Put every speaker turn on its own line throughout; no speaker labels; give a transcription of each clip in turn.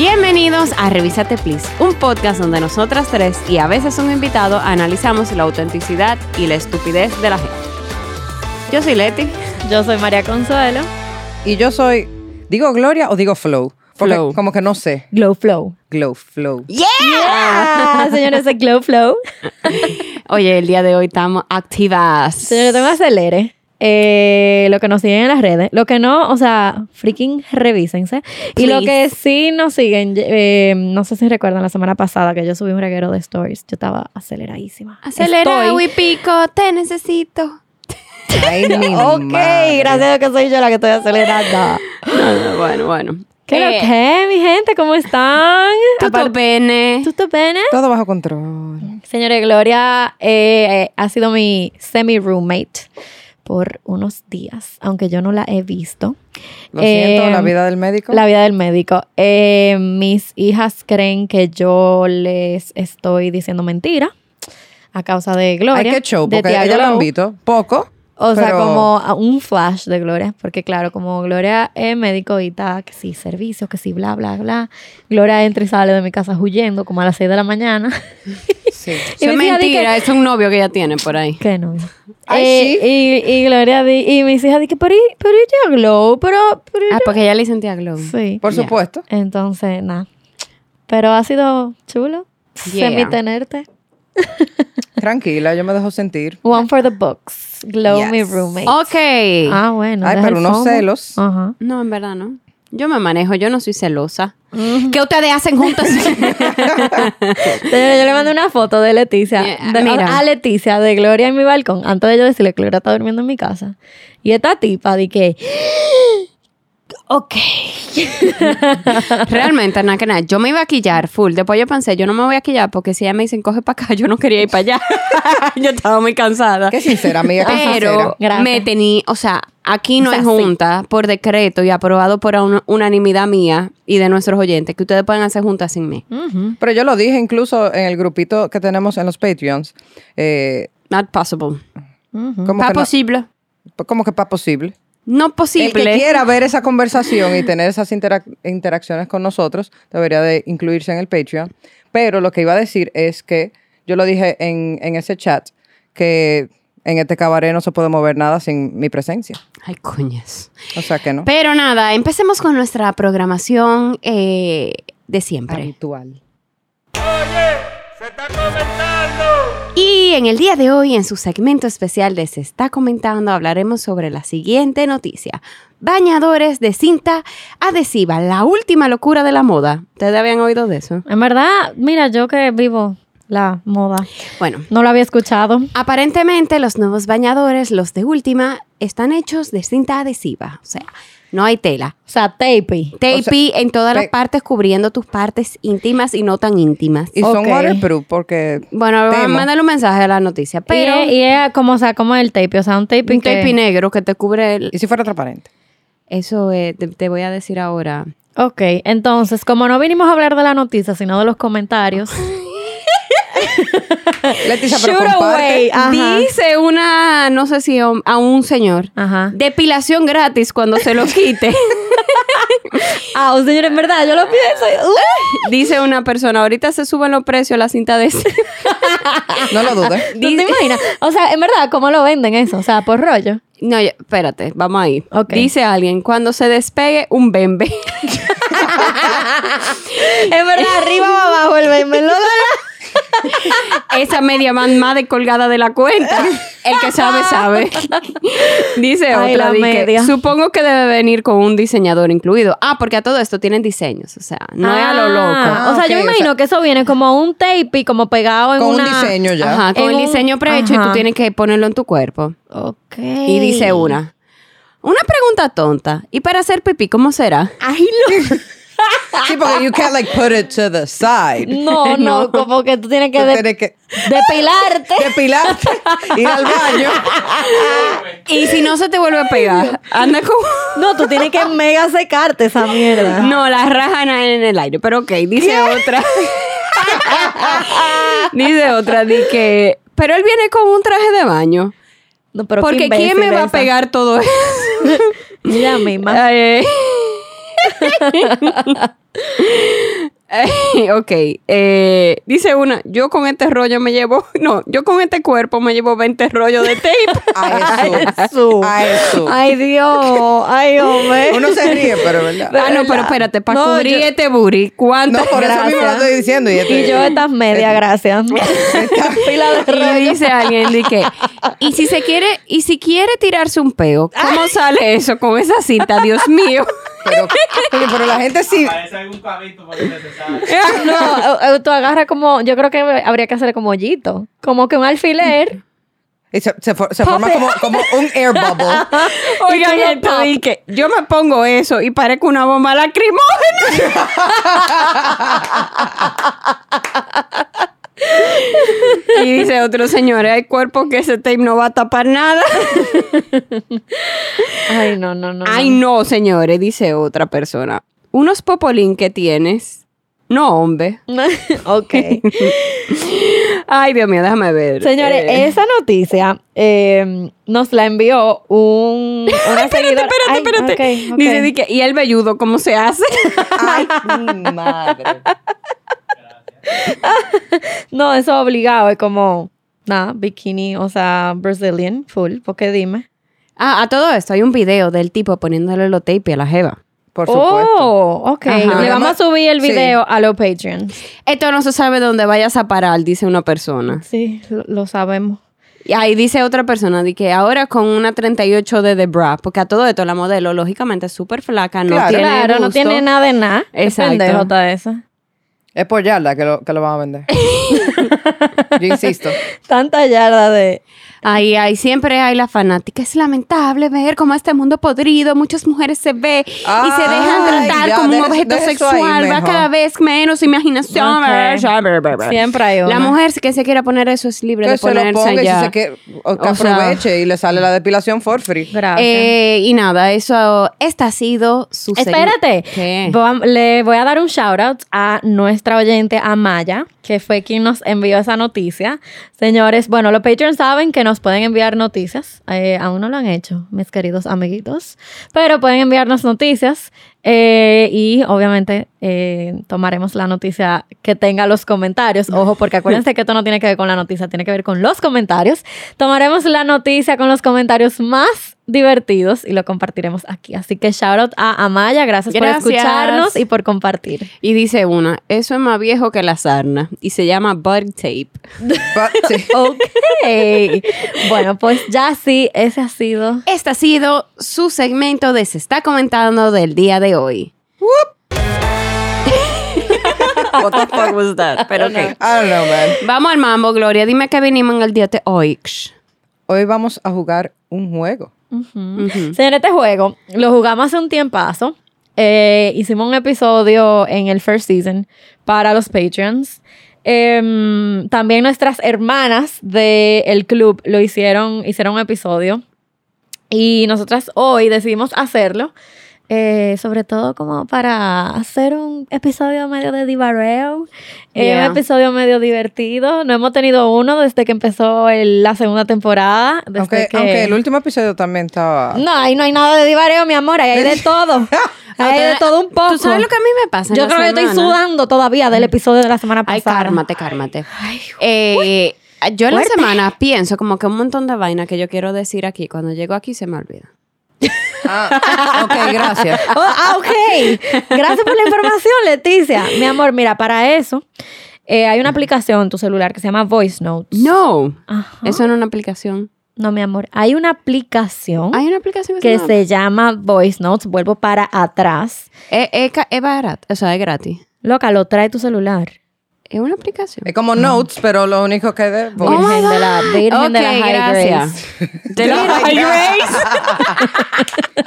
Bienvenidos a Revisate Please, un podcast donde nosotras tres y a veces un invitado analizamos la autenticidad y la estupidez de la gente. Yo soy Leti.
Yo soy María Consuelo.
Y yo soy, digo Gloria o digo Flow. Porque
Flow.
como que no sé.
Glow Flow.
Glow, Flow.
Ah, señores, es Glow Flow.
Oye, el día de hoy estamos activas.
Señores, tengo que acelere. Eh, lo que nos siguen en las redes. Lo que no, o sea, freaking revísense. Y lo que
Please.
sí nos siguen, eh, no sé si recuerdan la semana pasada que yo subí un reguero de stories. Yo estaba aceleradísima.
Acelera,
Estoy-
Wipico, te necesito.
Ay, mi
Ok,
madre.
gracias a Dios que soy yo la que estoy acelerando.
No, no, bueno, bueno.
¿Qué lo
Eh,
que, mi gente? ¿Cómo están?
Tuto
Aparte-
pene.
¿Tuto bene?
Todo bajo control.
Señores, Gloria eh, eh, ha sido mi semi-roommate por unos días, aunque yo no la he visto.
Lo
Eh,
siento, la vida del médico.
La vida del médico. Eh, mis hijas creen que yo les estoy diciendo mentira a causa de Gloria.
Hay que show,
de
porque
Tia
ella la han
Glow.
visto. Poco.
O sea,
pero-
como a- un flash de Gloria, porque claro, como Gloria es médico y está, que sí, servicio, que sí, bla, bla, bla. Gloria entra y sale de mi casa huyendo como a las 6 de la mañana.
Sí.
Eso es
me decía, di que-
mentira, es un novio que ella tiene por ahí.
Que no.
Ay,
Eh, y, y Gloria di- y mis hijas dije, pero, y- pero yo glow, pero, pero
Ah,
ella-".
porque ella le sentía glow.
Sí.
Por
Ya.
supuesto.
Entonces, nada. Pero ha sido chulo.
Yeah.
Semi tenerte.
Tranquila, yo me dejo sentir.
One for the books. Glow
Yes.
my roommate.
Ok.
Ah, bueno.
Ay,
deja
pero
el
unos
FOMO.
celos.
Ajá.
No, en verdad no. Yo me manejo, yo no soy celosa.
Mm.
¿Qué ustedes hacen juntas?
Señora, yo le mandé una foto de Leticia.
Yeah,
de-
mira.
A Leticia, de Gloria en mi balcón. Antes de yo decirle que Gloria está durmiendo en mi casa. Y esta tipa di que. Ok.
Realmente, nada que nada. Yo me iba a quillar full. Después yo pensé, yo no me voy a quillar porque si ella me dicen coge para acá, yo no quería ir para allá. yo estaba muy cansada.
Qué sincera, amiga, qué sincera.
Pero
Gracias.
me tenía, o sea, aquí no
O sea,
hay junta por decreto y aprobado por un- unanimidad mía y de nuestros oyentes que ustedes pueden hacer juntas sin mí.
Pero yo lo dije incluso en el grupito que tenemos en los Patreons. eh,
Not possible.
como,
Pas
que no-
posible.
como que para posible.
No
El que
posible.
quiera ver esa conversación y tener esas interac- interacciones con nosotros debería de incluirse en el Patreon. Pero lo que iba a decir es que yo lo dije en, en ese chat que en este cabaret no se puede mover nada sin mi presencia.
Ay, coñas.
O sea que no.
Pero nada, empecemos con nuestra programación eh, de siempre.
Habitual.
Y en el día de hoy, en su segmento especial de Se está comentando, hablaremos sobre la siguiente noticia. Bañadores de cinta adhesiva, la última locura de la moda. ¿Ustedes habían oído de eso?
En verdad, mira, yo que vivo la moda.
Bueno,
No lo había escuchado.
aparentemente los nuevos bañadores, los de última, están hechos de cinta adhesiva. O sea, no hay tela.
O sea, tapey.
Tape en todas las
pe-
partes, cubriendo tus partes íntimas y no tan íntimas.
Y
Ok.
son waterproof porque
Bueno,
Temo.
mándale un mensaje a la noticia. Pero
y es, y es como, o sea, como el tape, o sea, un tape
un tape negro que te cubre el-
¿y si fuera transparente?
Eso eh, te, te voy a decir ahora.
Ok, entonces, como no vinimos a hablar de la noticia, sino de los comentarios.
Leticia, pero
Shoot away.
comparte.
Ajá.
Dice una, no sé si a un- a un señor,
Ajá.
depilación gratis cuando se lo quite.
Ah, oh, señor, en verdad, yo lo pienso. y- ¡uh!
Dice una persona, ahorita se suben los precios la cinta de...
No lo dudes.
¿Tú te imaginas? O sea, en verdad, ¿cómo lo venden eso? O sea, por rollo.
No, ya- espérate, vamos ahí.
Ok.
Dice alguien, cuando se despegue, un bembe.
En verdad, arriba o abajo el melón.
Esa media man más de colgada de la cuenta. El que sabe, sabe. Dice
Ay,
otra.
la
di que,
media.
Supongo que debe venir con un diseñador incluido. Ah, porque a todo esto tienen diseños. O sea, no es a lo loco.
o sea,
Ah,
yo me
ok, o
imagino
sea-
que eso viene como un tape y como pegado en
Con
una...
un diseño ya.
Ajá, con
En
el
un-
diseño prehecho y tú
ajá.
tienes que ponerlo en tu cuerpo.
Ok.
Y dice una. Una pregunta tonta. ¿Y para hacer pipí, cómo será?
Ay, lo...
Sí, porque you can't like put it to the side.
No, no, como que tú tienes que,
Tú
de-
tienes que
depilarte.
depilarte, ir al baño.
Y si no se te vuelve a pegar, anda como.
No, tú tienes que mega secarte esa mierda.
No, la rajan en el aire, pero ok, dice otra. dice otra, di que. Pero él viene con un traje de baño.
No, pero qué
porque ¿quién me
imbécil
va a
esa.
pegar todo eso?
Mira misma.
Eh, ok, eh, dice una, yo con este rollo me llevo, no, yo con este cuerpo me llevo 20 rollos de tape.
A eso.
Su.
A eso.
Ay, Dios. Ay, hombre.
Uno se ríe, pero ¿verdad?
ah, no, pero espérate, para
No,
cubrir
yo-
este booty, ¿cuánto?
No, por eso mismo lo
Gracias.
estoy diciendo. Y, este-
Y yo estas medias, gracias. Pila de
Y dice alguien, di que, y si se quiere, y si quiere tirarse un peo, ¿cómo sale eso con esa cinta? Dios mío.
Pero, oye, pero la gente sí.
Parece algún cabito por necesario.
No, eh, eh, tú agarras como, yo creo que habría que hacer como hoyito, como que un alfiler.
y se se for- se forma como, como un air bubble.
Oigan
Y todo
esto,
pop.
di que yo me pongo eso y parezco una bomba lacrimógena. y dice otro señor, hay cuerpos que ese tape no va a tapar nada.
Ay, no, no, no.
Ay, no, señores, dice otra persona. Unos popolín que tienes. No, hombre.
no. ok.
Ay, Dios mío, déjame ver.
Señores,
Eh,
esa noticia eh, nos la envió un. Una
Espérate,
seguidora-
espérate,
Ay,
espérate.
ok, ok.
Dice, di que, ¿y el velludo cómo se hace?
Ay, mi madre.
No, eso obligado es como. Nada, bikini, o sea, Brazilian, full, porque dime.
ah, a todo esto, hay un video del tipo poniéndole lo tape a la jeva.
Por supuesto.
Oh, ok.
Ajá.
Le vamos a subir el
Sí.
video a los Patreons.
Esto no se sabe dónde vayas a parar, dice una persona.
Sí, lo- lo sabemos.
Y ahí dice otra persona, de que ahora con una 38 de The Bra, porque a todo esto la modelo, lógicamente, es súper flaca, no
Claro.
tiene
Claro, no
gusto.
tiene nada de nada.
Exacto.
Exacto. pendejo está esa.
Es por yarda que lo, que lo van a vender. Yo insisto.
Tanta yarda de...
Ahí, ahí siempre hay la fanática. Es lamentable ver cómo este mundo podrido, muchas mujeres se ve y se dejan
Ay,
tratar
ya,
como
deja-
un objeto
deja eso ahí
sexual. Va
mejor.
cada vez menos imaginación.
Ok. Siempre hay una.
La mujer que se quiera poner eso es libre
Que
de
se
ponerse
lo ponga y
ya.
si se que, o que
O sea-
aproveche y le sale la depilación for free.
Gracias.
Eh, y nada, eso, esta ha sido su seg-
Espérate,
¿Qué?
Vam- le voy a dar un shout out a nuestra oyente Amaya, que fue quien nos envió esa noticia. Señores, bueno, los Patreons saben que nos pueden enviar noticias. Eh, aún no lo han hecho, mis queridos amiguitos. Pero pueden enviarnos noticias eh, y obviamente eh, tomaremos la noticia que tenga los comentarios. Ojo, porque acuérdense que esto no tiene que ver con la noticia, tiene que ver con los comentarios. Tomaremos la noticia con los comentarios más divertidos y lo compartiremos aquí. Así que shout out a Amaya, gracias,
Gracias.
por escucharnos y por compartir.
Y dice una, eso es más viejo que la sarna y se llama butt tape.
But- sí.
Ok. bueno, pues ya sí, ese ha sido.
Este ha sido su segmento de Se está comentando del día de hoy. What the fuck was that? Pero ok.
I don't know, man.
Vamos al mambo, Gloria. Dime que vinimos en el día de hoy. Ksh.
Hoy vamos a jugar un juego.
Ujú.
Señor, este juego lo jugamos hace un tiempazo. Eh, hicimos un episodio en el first season para los Patreons. Em, también nuestras hermanas del club lo hicieron, hicieron un episodio. Y nosotras hoy decidimos hacerlo. eh, sobre todo como para hacer un episodio medio de divareo. eh,
Yeah.
un episodio medio divertido. No hemos tenido uno desde que empezó el- la segunda temporada. desde
Aunque,
que-
aunque el último episodio también estaba.
Ah.
no, ahí no hay nada de divareo, mi amor. Ahí hay de todo. Ahí hay de todo un poco.
¿Tú sabes lo que a mí me pasa? en
Yo
la
creo que estoy
semana?
sudando todavía del episodio de la semana
Ay,
pasada.
cármate, cármate. Eh, yo en la
Fuerte.
semana pienso como que un montón de vaina que yo quiero decir aquí. Cuando llego aquí se me olvida.
Ah, ok, gracias.
Oh, ah, ok. Gracias por la información, Leticia. Mi amor, mira, para eso eh, hay una aplicación en tu celular que se llama Voice Notes.
No,
Ajá.
eso no es una aplicación.
No, mi amor. Hay una aplicación
Hay una aplicación se
que
llama-
se llama Voice Notes. Vuelvo para atrás.
Es, es ca- es barata, o sea, es gratis.
Loca, lo trae tu celular.
Es una aplicación.
Es como notes, pero lo único que de
Oh my
Virgen de la,
God.
Virgen de la
Ok,
High Grace.
gracias. De la High Grace.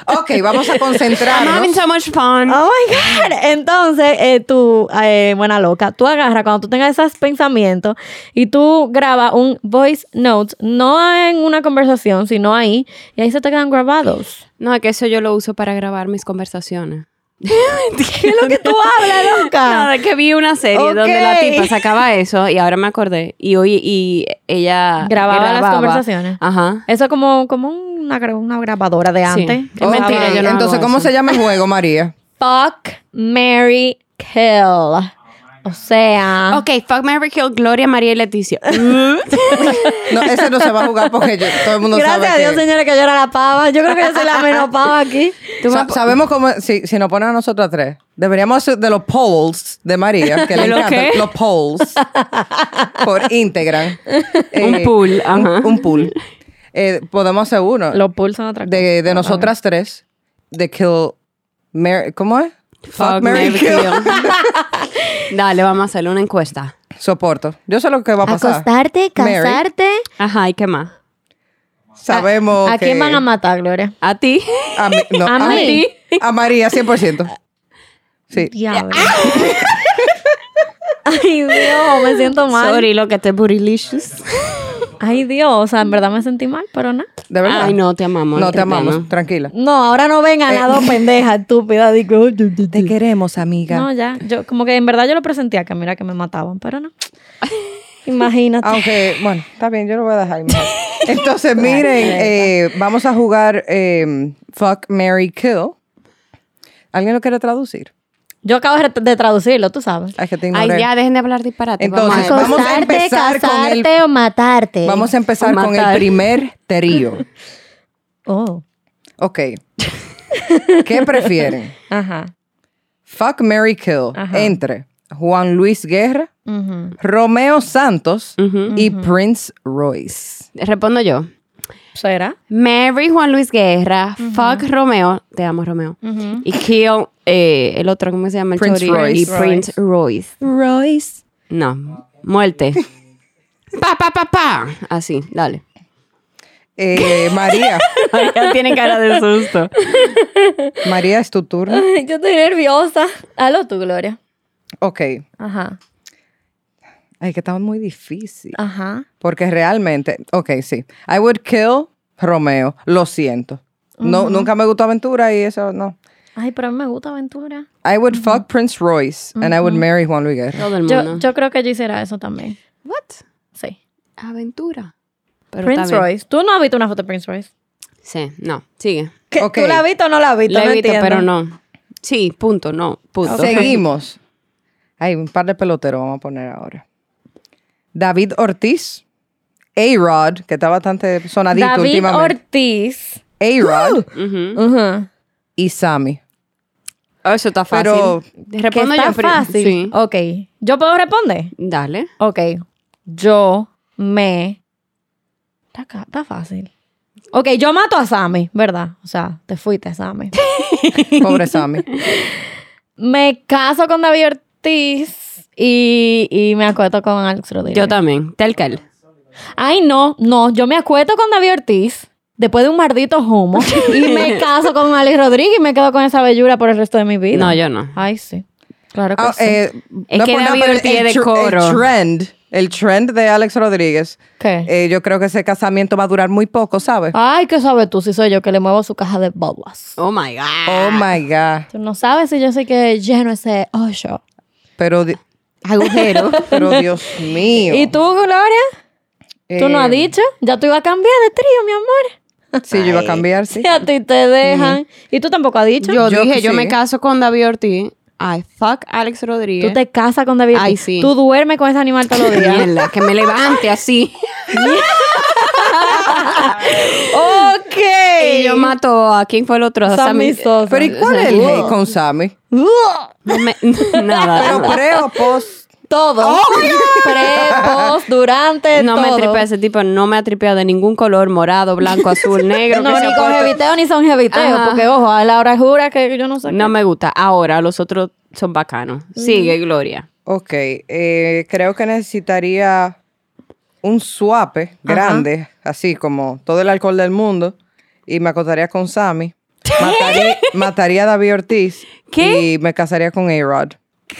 Ok, vamos a
I'm having
concentrarnos.
so much fun.
Oh my God. Entonces, eh, tú, eh, buena loca, tú agarras cuando tú tengas esos pensamientos y tú grabas un voice note, no en una conversación, sino ahí, y ahí se te quedan grabados.
No, es que eso yo lo uso para grabar mis conversaciones.
¿Qué es lo que tú hablas, loca?
Nada, que vi una serie
Ok.
donde la tipa sacaba eso y ahora me acordé. Y hoy y ella
Grababa las conversaciones.
Ajá.
Eso es como, como una, gra- una grabadora de
Sí.
antes. Oh,
Es mentira,
Ok,
yo no hago
Entonces, ¿cómo
eso.
se llama el juego, María?
Fuck, Mary, Kill. O sea.
Oh,
Ok, fuck Mary Kill, Gloria María y Leticia.
No, ese no se va a jugar porque yo- todo el mundo sabe.
Gracias a
que-
Dios, señores, que yo era la pava. Yo creo que yo soy la menos pava aquí.
Sa- sabemos cómo, si, si nos ponen a nosotros tres, deberíamos hacer de los polls de María, que le
¿De lo
encantan
qué?
los polls por Instagram. Eh,
Un pool,
un-
ajá.
Un, pool. Eh, podemos hacer uno
Lo pulsan otra cosa.
de, de nosotras tres, de Kill Mary, ¿cómo es? Mary,
Dale, vamos a hacer una encuesta.
Soporto. Yo sé lo que va a pasar.
Acostarte,
Mary.
casarte.
Ajá, ¿y qué más?
Sabemos
¿A
que-
quién van a matar, Gloria?
¿A ti?
A, mí- no,
¿A
a,
mí?
a María, 100%. Sí.
Diablo.
Ah.
Ay, Dios, me siento mal.
Sorry, lo que te burilicious.
Ay, Dios, o sea, en verdad me sentí mal, pero nada.
¿De verdad?
Ay, no, te amamos. este
No, te
Tripena.
amamos. Tranquila.
No, ahora no vengan las dos pendejas estúpidas. digo, "Oh, "Ay, du, du, du".
Te queremos, amiga.
No, ya. Yo, como que en verdad yo lo presentía que mira que me mataban, pero no. Ah. Imagínate.
Aunque, bueno, está bien, yo lo voy a dejar. mejor. Entonces, miren, eh, vamos a jugar eh, Fuck, Mary, Kill. ¿Alguien lo quiere traducir?
Yo acabo de de traducirlo, tú sabes.
Ay, que te
Ay,
ignoré.
ya, dejen de hablar disparate.
Entonces,
vamos a-
vamos a empezar con el-
o matarte.
Vamos a empezar con el
Matar.
primer trío.
Oh,
Ok. ¿Qué prefieren?
ajá.
Fuck, Mary, Kill
Ajá.
entre Juan Luis Guerra,
Ujú.
Romeo Santos
Ujú.
y Prince Royce.
Respondo yo.
¿Será?
Mary Juan Luis Guerra, fuck Romeo, te amo Romeo,
Ujú.
y kill eh, el otro, ¿cómo se llama? El
Prince
chori?
Royce.
Y Prince Royce.
Royce.
No, muerte. pa, pa, pa, pa. Así, dale.
Eh, María,
Ya tiene cara de susto.
María, es tu turno.
yo estoy nerviosa. Halo tú, Gloria.
Ok.
Ajá.
Ay, que estaba muy difícil.
Ajá.
Porque realmente, ok, sí. I would kill Romeo, lo siento. No, nunca me gustó aventura y eso no.
Ay, pero a mí me gusta aventura.
I would fuck Prince Royce and I would marry Juan Luis Guerra.
Todo el mundo.
Yo, yo creo que yo hiciera eso también.
What?
Sí.
Aventura. Pero
Prince
está bien.
Royce. ¿Tú no has visto una foto de Prince Royce?
Sí, no, sigue.
¿Qué?
Ok.
¿Tú la has visto o no la has visto?
La
No
he visto,
entiendo.
pero no. Sí, punto, no, punto.
Seguimos. Hay un par de peloteros vamos a poner ahora. David Ortiz, A-Rod, que está bastante sonadito
David
últimamente.
Ortiz.
A-Rod
Ujú.
Ajá.
y Sammy.
Oh, Eso está fácil.
Pero-
Que
Respondo
está
yo primero.
fácil.
Sí.
Ok. ¿Yo puedo responder?
Dale.
Ok. Yo me... Está, ca- está fácil. Ok, yo mato a Sammy, ¿verdad? O sea, te fuiste, Sammy.
Pobre Sammy.
me caso con David Ortiz y, y me acuesto con Alex Rodríguez.
Yo también, tal cual.
Ay, no, no, yo me acuesto con David Ortiz después de un maldito humo y me caso con Alex Rodríguez y me quedo con esa bellura por el resto de mi vida.
No, yo no.
Ay, sí. Claro que
Ah,
sí.
eh,
Es
no
que
por nada,
David
pero
Ortiz es de
tr-
coro.
El trend, el trend de Alex Rodríguez
¿Qué?
Eh, yo creo que ese casamiento va a durar muy poco, ¿sabes?
Ah.
Ay, ¿qué sabes tú si soy yo que le muevo su caja de bolas?
Oh my God.
Oh my God.
Tú no sabes si yo sé que lleno ese hoyo.
Pero, di-
Agujero.
pero Dios mío.
¿Y tú, Gloria? ¿Tú no
Eh,
has dicho? Ya tú ibas a cambiar de trío, mi amor.
Sí, yo iba a cambiar, sí.
Si a ti te dejan. ¿Y tú tampoco has dicho?
Yo,
Yo
dije,
que
yo
sí.
me caso con David Ortiz. I fuck Alex Rodríguez.
Tú te casas con David.
Ay,
Ortiz.
sí.
Tú duermes con ese animal todos los días.
Mierda, que me levante así.
ok.
Y yo mato a quién fue el otro. A
Sammy
Sammy-
Sosa.
Pero ¿y cuál es el hate con Sammy?
No me- nada.
Pero pre o post.
Todo. Pre, post, durante,
Oh no me
todo.
tripea ese tipo, no me ha tripeado de ningún color, morado, blanco, azul, negro.
No,
que
ni
sea.
con jeviteo ni son jeviteos.
Ajá.
Porque, ojo, a la hora jura que yo no sé.
no me gusta. Ahora los otros son bacanos. Sigue, Gloria.
Ok, eh, creo que necesitaría un suape grande, así como todo el alcohol del mundo, y me acostaría con Sammy. Mataría, mataría a David Ortiz
¿Qué?
y me casaría con A-Rod.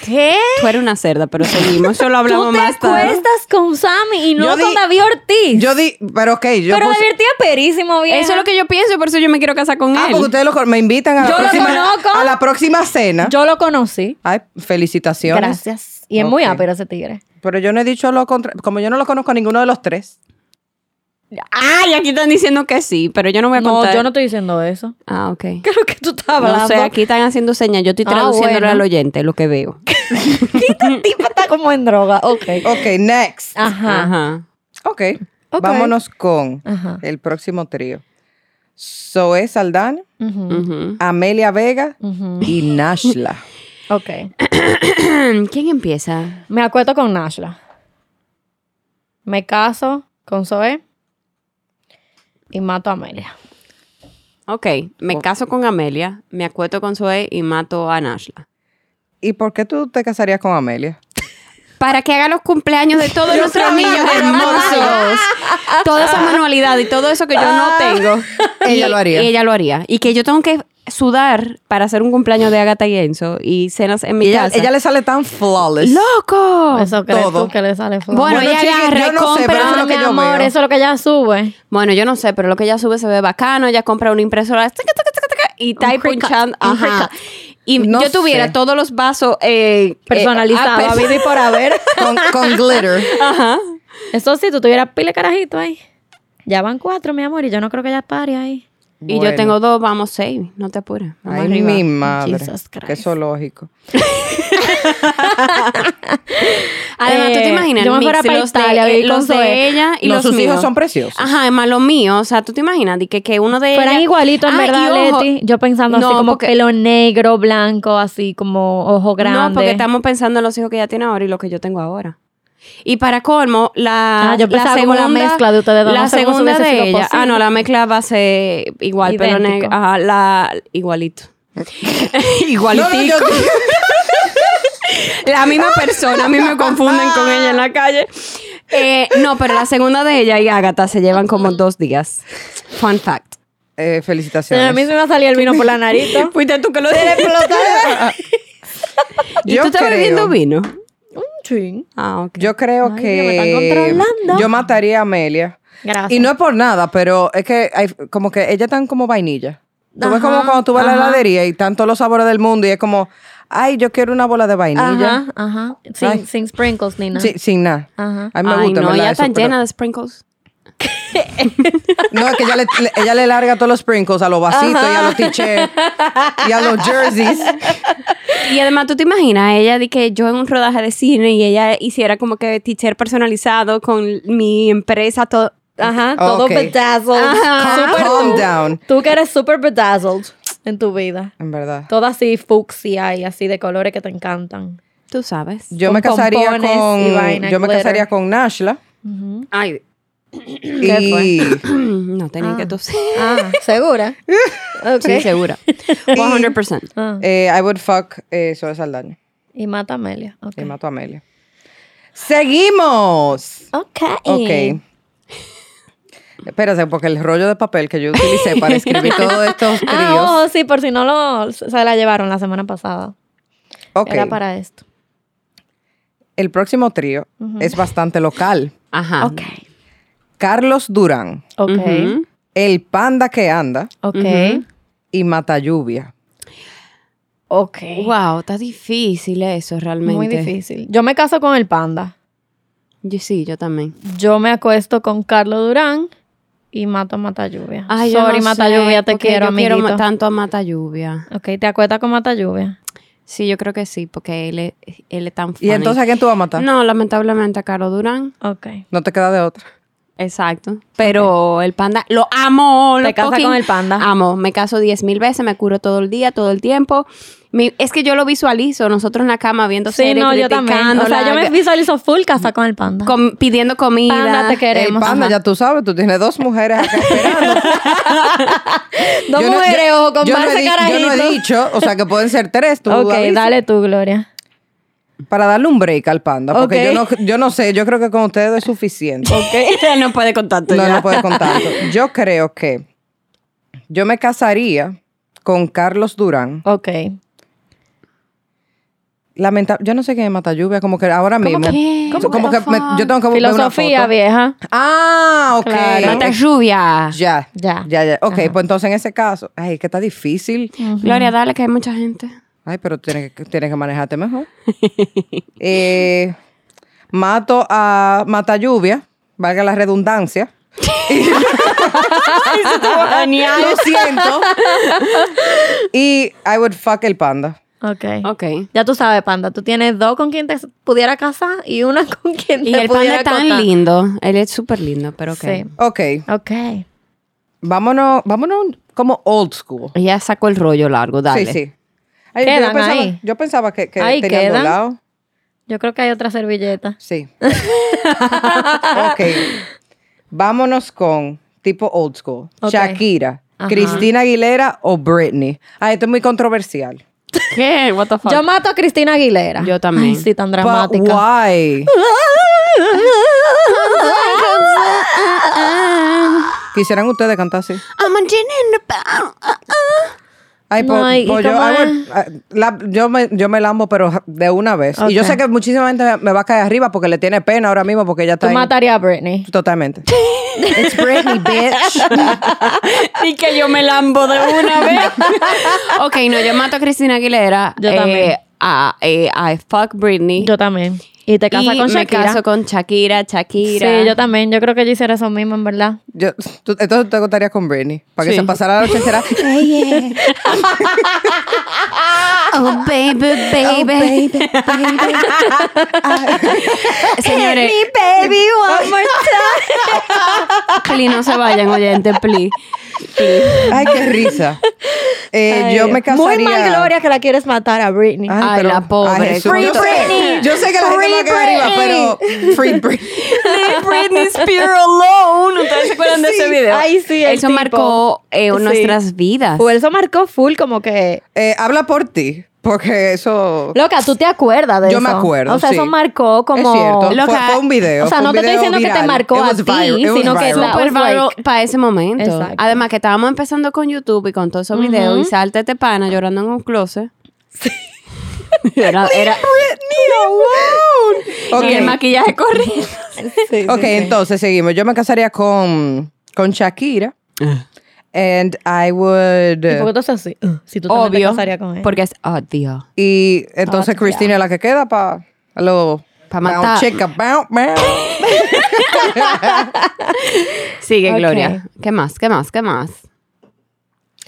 ¿Qué?
Tú eres una cerda, pero seguimos. Eso lo
Tú
hablamos
te
más tarde.
acuestas con Sammy y no
Yo
con
di-
David Ortiz.
Yo di, pero ok, yo
Pero
puse-
David Ortiz es perísimo, bien.
Eso es lo que yo pienso, por eso yo me quiero casar con
Ah,
él.
porque ustedes lo con- me invitan a la,
Yo lo
próxima,
conozco.
a la próxima cena.
Yo lo conocí.
Ay, felicitaciones.
Gracias. Y es muy
Ok.
ápero ese tigre.
Pero yo no he dicho lo contrario. Como yo no lo conozco a ninguno de los tres.
Ay, aquí están diciendo que sí, pero yo no voy a
No,
contar.
yo no estoy diciendo eso.
Ah, ok.
¿Qué es lo que tú estás hablando?
No sé, aquí están haciendo señas. Yo estoy
Ah,
traduciéndole
bueno.
al oyente lo que veo.
Esta tipa está como en droga. Ok.
Ok, next.
Ajá.
Ajá.
Ok.
Ok.
Vámonos con
Ajá.
el próximo trío. Zoe Saldana,
Ujú,
Ujú.
Amelia Vega
ujú.
y Nashla.
Ok.
Mm, ¿Quién empieza?
Me acuesto con Nashla. Me caso con Zoe. Y mato a Amelia.
Ok, me caso con Amelia, me acuesto con Zoe y mato a Nashla.
¿Y por qué tú te casarías con Amelia?
Para que haga los cumpleaños de todos nuestros niños hermosos. Toda esa manualidad y todo eso que yo no tengo.
Ella
Y-
lo haría.
y Ah. Ella lo haría. Y que yo tengo que sudar para hacer un cumpleaños de Agatha y Enzo y cenas en mi
Ella,
casa.
ella le sale tan flawless.
¡Loco!
Eso crees
todo.
tú que le sale flaco.
Oh, Bueno,
Bueno,
ella
chiqui,
agarra
yo
y
no sé, pero
compra-
eso es lo
mi
que yo
amor,
veo.
eso es lo que ella sube.
Bueno, yo no sé, pero lo que ella sube se ve bacano. Ella compra una impresora taca, taca, taca, taca, y está ahí
pre-cut,
punchando.
un
Ajá. Y
No
yo tuviera
sé.
todos los vasos eh, eh,
Personalizado,
ah,
a
perso-
vida y por haber.
Con, con glitter.
Eso sí, tú tuvieras pile carajito ahí. Ya van cuatro, mi amor, y yo no creo que ella pare ahí.
Y yo
Bueno.
tengo dos, vamos seis. No te apures. Vamos
Ay,
arriba.
mi madre.
Jesus Christ.
Qué zoológico.
Además, tú te
Eh,
imaginas
yo me
el mix
fuera para
los de- eh,
Italia a vivir
los
con
de,
Zoe.
ella Ah, y
No,
los
sus
míos. Ah.
hijos son preciosos.
Ajá, además los míos. O sea, tú te imaginas de que, que uno de
Fueran
ellas-
igualitos, en
Ah, y
verdad,
ojo-
Leti. Yo pensando
No,
así como
porque-
pelo negro, blanco, así como ojo grande.
No, porque estamos pensando en los hijos que ella tiene ahora y los que yo tengo ahora. Y para colmo, la,
Ah, yo
la
pensaba como
segunda
la mezcla de ustedes dos.
La
No sé cómo
segunda
hubiese sido
de ella.
posible.
Ah, no, la mezcla va a ser igual, pero neg-
Idéntico.
Ajá, la igualito.
No, no, yo-
Igualitico. La misma persona, a mí me confunden con ella en la calle. Eh, no, pero la segunda de ella y Agatha se llevan como dos días. Fun fact.
Señora, a
Eh,
mí
felicitaciones.
se me salía el vino por la nariz.
Fuiste tú que lo dijiste. ¿Y
Yo
tú estás
creo-
bebiendo vino?
Ching.
Ah, ok.
Yo creo
Ay, Dios, me
que
están controlando. Ah,
yo mataría a Amelia.
Gracias.
Y no es por nada, pero es que hay, como que ellas están como vainilla. Tú ves
Ajá,
como cuando tú vas a la
ajá.
heladería y están todos los sabores del mundo y es como, ay, yo quiero una bola de vainilla.
Ajá, ajá. Sin,
Ay.
sin sprinkles ni nada.
Sí, sin nada.
Ajá.
A mí me
Ay,
gusta,
no,
¿verdad?
ya
Eso,
está
pero-
llena de sprinkles.
No, es que ella le, le- ella le larga todos los sprinkles a los vasitos y a los tichets y a los jerseys.
Y además, ¿tú te imaginas? Ella de que yo en un rodaje de cine y ella hiciera como que teacher personalizado con mi empresa, todo.
Ajá,
Ah,
todo
ok.
bedazzled.
Ajá.
Ah, Súper
Calm
tú.
down.
Tú que eres súper bedazzled en tu vida.
En verdad.
Todo así fucsia y así de colores que te encantan.
Tú sabes.
Yo
Con
me casaría
pompones
con
y vaina,
yo me
glitter.
casaría con Nashla
Ay,
y
no tenía que toser.
Ah, ¿segura? Ok.
Sí, segura. 100%.
Ah,
eh, I would fuck eh, Zoe Saldaña.
Y mata a Amelia. Ok.
Y mato a Amelia. Seguimos.
Ok.
Ok. Espérate, porque el rollo de papel que yo utilicé para escribir todos estos tríos.
Ah, oh, sí, por si no lo se la llevaron la semana pasada.
Ok.
oh, Era para esto.
El próximo trío es bastante local.
Ajá.
Ok.
Carlos Durán,
Ok.
Ah. Ujú.
El Panda que anda
Ok.
y Mata Lluvia.
Ok.
Wow, está difícil eso realmente.
Muy difícil. Yo me caso con el panda.
Yo, sí, yo también.
Yo me acuesto con Carlos Durán y mato a Mata Lluvia.
Ay, yo
Sorry,
no
Mata
sé,
Lluvia, te
porque
quiero,
yo quiero
amiguito.
ma- tanto a Mata Lluvia.
Ok, te acuestas con Mata Lluvia.
Sí, yo creo que sí, porque él es, él es tan
¿Y
funny.
entonces a quién tú vas a matar? No,
No, lamentablemente a Caro Durán.
Ok.
te queda de otra.
Exacto. Pero el panda, lo amo. Lo
Te casas
fucking
con el panda.
Amo, me caso diez mil veces, me curo todo el día, todo el tiempo. Mi- es que yo lo visualizo, nosotros en la cama viendo
sí,
series,
no, yo también. O sea, yo me
criticándola,
visualizo full casa con el panda.
com- pidiendo comida.
panda te
El
queremos.
Panda,
ajá.
ya tú sabes, tú tienes dos mujeres acá esperando.
Dos
Yo no-
mujeres,
yo-
ojo, con
yo no he
más
di- Yo no he
carajito.
dicho, o sea, que pueden ser tres. Tú
Ok,
avisa.
dale tú, Gloria.
Para darle un break al Panda, porque
Ok.
yo, no, yo no sé, yo creo que con ustedes es suficiente.
Ok, no puede contarte
No, no puedo contar. Yo creo que yo me casaría con Carlos Durán.
Ok.
Lamenta yo no sé quién es Mata Lluvia, como que ahora mismo.
que? ¿Cómo
Como
que?
que me- yo tengo que buscar una
Filosofía,
foto.
vieja.
Ah, ok.
Claro.
Mata
ok.
lluvia.
Ya,
Ya.
ya, ya. Ok,
Ajá.
pues entonces en ese caso, ay, que está difícil.
Gloria, dale que hay mucha gente.
Ay, pero tienes que, tienes que manejarte mejor. Eh, mato a Mata Lluvia, valga la redundancia.
Genial.
Lo siento. y I would fuck el panda.
Ok.
Ok.
Ya tú sabes, panda, tú tienes dos con quien te pudiera casar y una con quien
Y
te
el panda
pudiera
es tan
acotar.
lindo. Él es súper lindo, pero ok.
Sí.
Ok,
Ok.
vámonos, vámonos como old school.
Ella sacó el rollo largo, dale.
Sí, sí. Ay,
Quedan
yo, pensaba,
ahí.
yo pensaba que, que
Ahí
tenían
quedan.
doblado.
Yo creo que hay otra servilleta.
Sí. ok. Vámonos con tipo old school.
Ok.
Shakira,
Ajá.
Cristina Aguilera o Britney. Ah, esto es muy controversial.
¿Qué? What the fuck?
Yo mato a Cristina Aguilera.
Yo también.
Ay, sí, tan
But
dramática.
why? Quisieran ustedes cantar así.
I'm a gin in the bottle. Ah, ah.
Ay, po-
No, y-
po-
y
yo,
como
I would-
es-
ah, la- yo me, yo me lambo, pero ja- de una vez. Y yo
Ok.
sé que muchísima gente me- me va a caer arriba porque le tiene pena ahora mismo porque ya está.
Tú
en-
matarías a Britney.
Totalmente. It's Britney, bitch.
Y que yo me lambo de una vez. ok, no, yo mato a Cristina Aguilera.
Yo también.
Eh, a, eh, I fuck Britney.
Yo también. Y te casas
y
con Shakira.
me caso con Shakira, Shakira.
Sí, yo también. Yo creo que yo hiciera eso mismo, en verdad.
Yo, tú- entonces te contarías con Britney. Para que
Sí.
se pasara la noche será.
Oh, baby,
Oh,
baby. Señores.
baby one
Eh,
more
Please, no se vayan, oyente, please.
Ay, qué risa. Eh, yo me casaría. Ah.
Muy mal, Gloria, que la quieres matar a Britney.
Ay,
Ay, la pobre.
Jesús,
Free
yo sé-
Britney.
Yo sé que la gente va a
Free
caer arriba,
Britney.
pero Free Britney.
Leave Britney Spears alone. ¿Ustedes se acuerdan de ese
Sí,
video?
ay, sí, el
Eso
tipo.
marcó eh,
Sí.
nuestras vidas.
O Pues eso marcó full como que...
Eh, habla por ti, porque eso.
Loca, tú te acuerdas de
Yo
eso.
me acuerdo,
O sea,
sí.
eso marcó como...
Es cierto.
Loca,
fue, fue un video.
o sea,
fue
no
un
te estoy
video
diciendo que te
viral.
marcó
It
a
was
ti,
viral, it was
sino que
viral.
la-
Super
was like-
para ese momento.
Exacto.
Además que estábamos empezando con YouTube y con todos esos videos y salta este pana llorando en un closet. Era, era-
Ok,
Y el maquillaje corrido.
ok, entonces seguimos. Yo me casaría con, con Shakira. And I would.
¿Y por qué tú haces así? Uh, si tú también te
Obvio.
casarías con él.
Porque es oh, obvio.
Y entonces
Oh,
Cristina es la que queda para lo.
Pa' matar.
Check about, man.
Sigue,
Ok.
Gloria. ¿Qué más? ¿Qué más? ¿Qué más?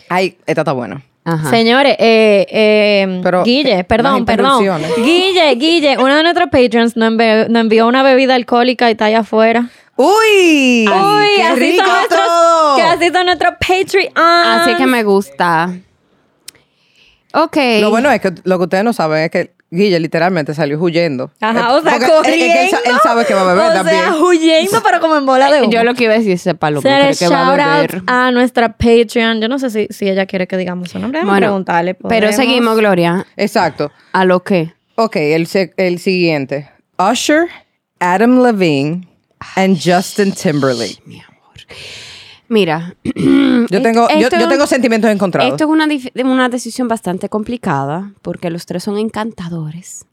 Ay, esta está buena.
Ajá.
Señores, eh, eh,
Pero,
Guille,
eh,
perdón,
más
perdón.
interrupciones.
Guille, Guille, uno de nuestros patrons nos envió, nos envió una bebida alcohólica y está allá afuera.
¡Uy!
Uy,
¡Qué
así
rico
son nuestros,
todo!
que así son nuestros Patreon.
Así que me gusta. Ok.
Lo bueno es que lo que ustedes no saben es que Guille literalmente salió huyendo. Eh,
Ajá, o sea,
Porque
corriendo.
es- es que él, sa- él sabe que va a beber
o
también.
sea, huyendo, pero como en bola de humo.
Yo lo que iba a decir es palomo. Creo
Señores,
que va
shout
a
out
beber.
a nuestra Patreon. Yo no sé si, si ella quiere que digamos su nombre. Vamos a preguntarle. pues,
pero
podemos.
seguimos, Gloria.
Exacto.
¿A lo que?
Ok, el, se- el siguiente. Usher, Adam Levine and Justin Timberlake.
Mira.
Mm,
Yo tengo, yo,
Esto-
yo tengo sentimientos encontrados.
Esto es una, dif- una decisión bastante complicada porque los tres son encantadores.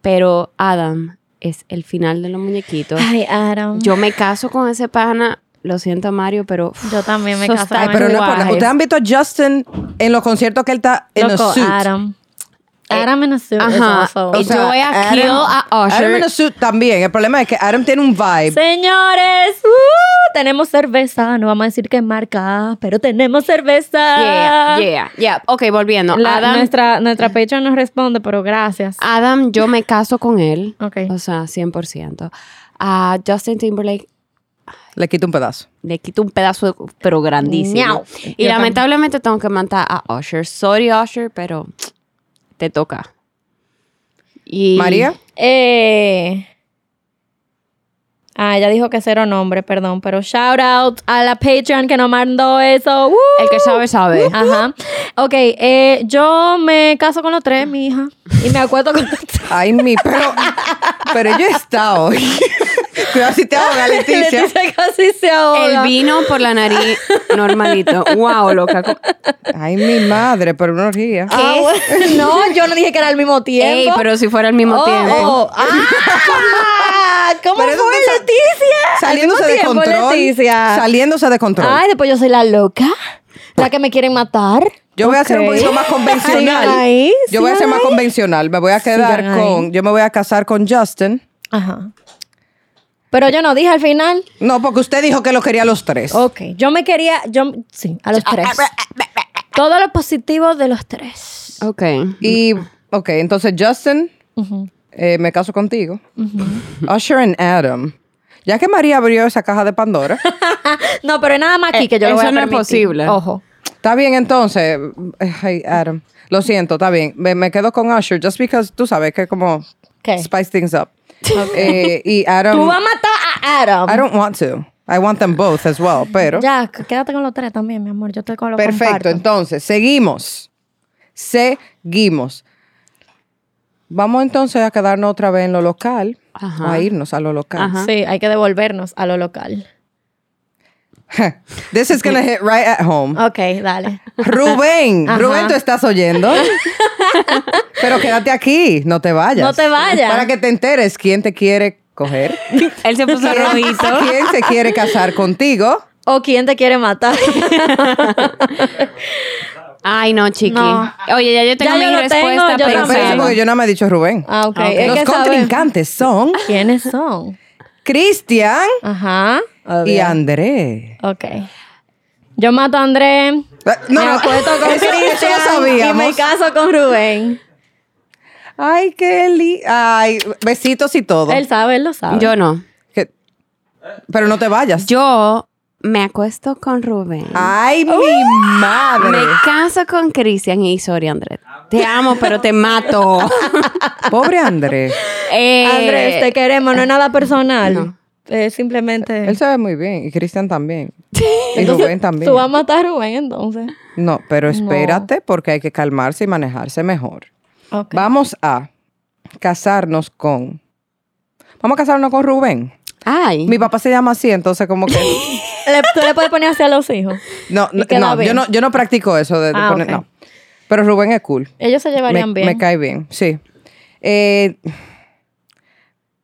Pero Adam es el final de los muñequitos.
Ay, Adam. Yo,
Yo me caso con ese pana. Lo siento, Mario, pero. uf,
también me
Eso
caso
está-
con
Ay, pero no es por nada.
guajes.
Ustedes han visto a Justin en los conciertos que él está en los Eh,
Loco,
suit.
Adam. Adam en a suit. is
Ajá.
also-
Y yo voy a
Adam-
kill a Usher.
Adam en a suit también. El problema es que Adam tiene un vibe.
Señores, ¡uh! tenemos cerveza. No vamos a decir qué marca, pero tenemos
Yeah,
cerveza.
yeah, yeah. Ok, volviendo.
La-
Adam, Ah.
nuestra, nuestra Patreon nos responde, pero gracias.
Adam, yo me caso con él.
Ok.
O sea, 100%. A Ah, Justin Timberlake
Le quita un pedazo.
le quito un pedazo, de- pero grandísimo.
Miau.
Y
Yo
lamentablemente tengo que matar a Usher. Sorry, Usher, pero te toca. Y
María,
Eh, ah, ella dijo que cero nombre, perdón, pero shout out a la Patreon que nos mandó eso. ¡Uh!
El que sabe, sabe.
Ajá. Ok, eh, yo me caso con los tres, mi hija. Y me acuerdo con los tres.
ay mi, pero, pero yo he estado hoy. Cuidado si te ahoga, Leticia.
Leticia casi se ahoga. Ah,
El vino por la nariz normalito. Wow, loca. Co-
Ay, mi madre, pero no ría.
Ah,
¿Qué?
bueno. No, yo no dije que era al mismo tiempo.
Ey, pero si fuera al mismo
Oh,
tiempo.
oh. Ah, ¿Cómo
Pero eso
fue,
te sa-
Leticia?
Saliéndose
Al
de
mismo tiempo,
control.
Leticia.
Saliéndose de control.
Ay, después yo soy la loca. La que me quieren matar.
yo voy a ser un
Ok.
poquito más convencional.
Sigan ahí,
yo voy a
sigan
ser más
ahí.
convencional. Me voy a quedar
Sigan ahí.
con. Yo me voy a casar con Justin.
Ajá. Pero yo no dije al final.
No, porque usted dijo que lo quería a los tres.
Ok, yo me quería, yo, ah, sí, a los tres. Todo lo positivo de los tres.
Ok.
Y, ok, entonces Justin, eh, me caso contigo. Usher and Adam. Ya que María abrió esa caja de Pandora,
Ah, No, pero es nada más aquí que yo
Eh,
lo voy
eso
a
no es
permitir.
posible.
Ojo.
está bien entonces. Ay, Adam. Lo siento, está bien. Me, me quedo con Usher, just because tú sabes que como
¿Qué?
spice things up. Eh, y Adam.
Tú vas a matar a Adam.
I don't want to. I want them both as well, pero.
Ya, c- quédate con los tres también, mi amor. Yo estoy con los
Perfecto, entonces, seguimos. Seguimos. Vamos entonces a quedarnos otra vez en lo local,
Ajá.
a irnos a lo local.
Sí, hay que devolvernos a lo local.
This is gonna hit right at home.
Ok, dale.
Rubén,
Ajá.
Rubén, tú estás oyendo. Pero quédate aquí, no te vayas.
No te vayas.
Para que te enteres quién te quiere coger,
Él se puso rojito.
quién se quiere casar contigo.
¿O quién te quiere matar?
Ay, no, chiqui.
No.
Oye, ya yo tengo
Ya yo
mi
lo
respuesta
tengo, yo
Pero espérate,
también.
pensada.
porque yo no me he dicho Rubén.
ah, ok.
Ah, ok.
Es
Los
que saber
contrincantes son
¿Quiénes son?
Cristian
Ajá.
y André.
Ok. Yo mato a André.
Ah, No,
me
no,
acuesto con
eso- eso lo
Cristian. Y me
sabíamos.
caso con Rubén.
Ay, Kelly. Ay, besitos y todo.
Él sabe, él lo sabe.
Yo no.
Que- Pero no te vayas.
Yo me acuesto con Rubén.
Ay, mi madre.
Me caso con Cristian y sorry, Andrés. Te amo, pero te mato.
Pobre André.
Eh,
Andrés, te queremos, no es nada personal. Es simplemente.
Él se ve muy bien. Y Cristian también. Y Rubén también.
Tú vas a matar a Rubén entonces.
No, pero espérate porque hay que calmarse y manejarse mejor.
Ok.
Vamos a casarnos con... Vamos a casarnos con Rubén.
Ay.
Mi papá se llama así, entonces como que...
Le- tú le puedes poner así a los hijos.
No,
Y
no,
queda
no, yo
bien.
no, yo no practico eso de, de
Ah,
poner-
ok.
no. Pero Rubén es cool.
Ellos se
Me,
llevarían bien.
me cae bien, sí. Eh,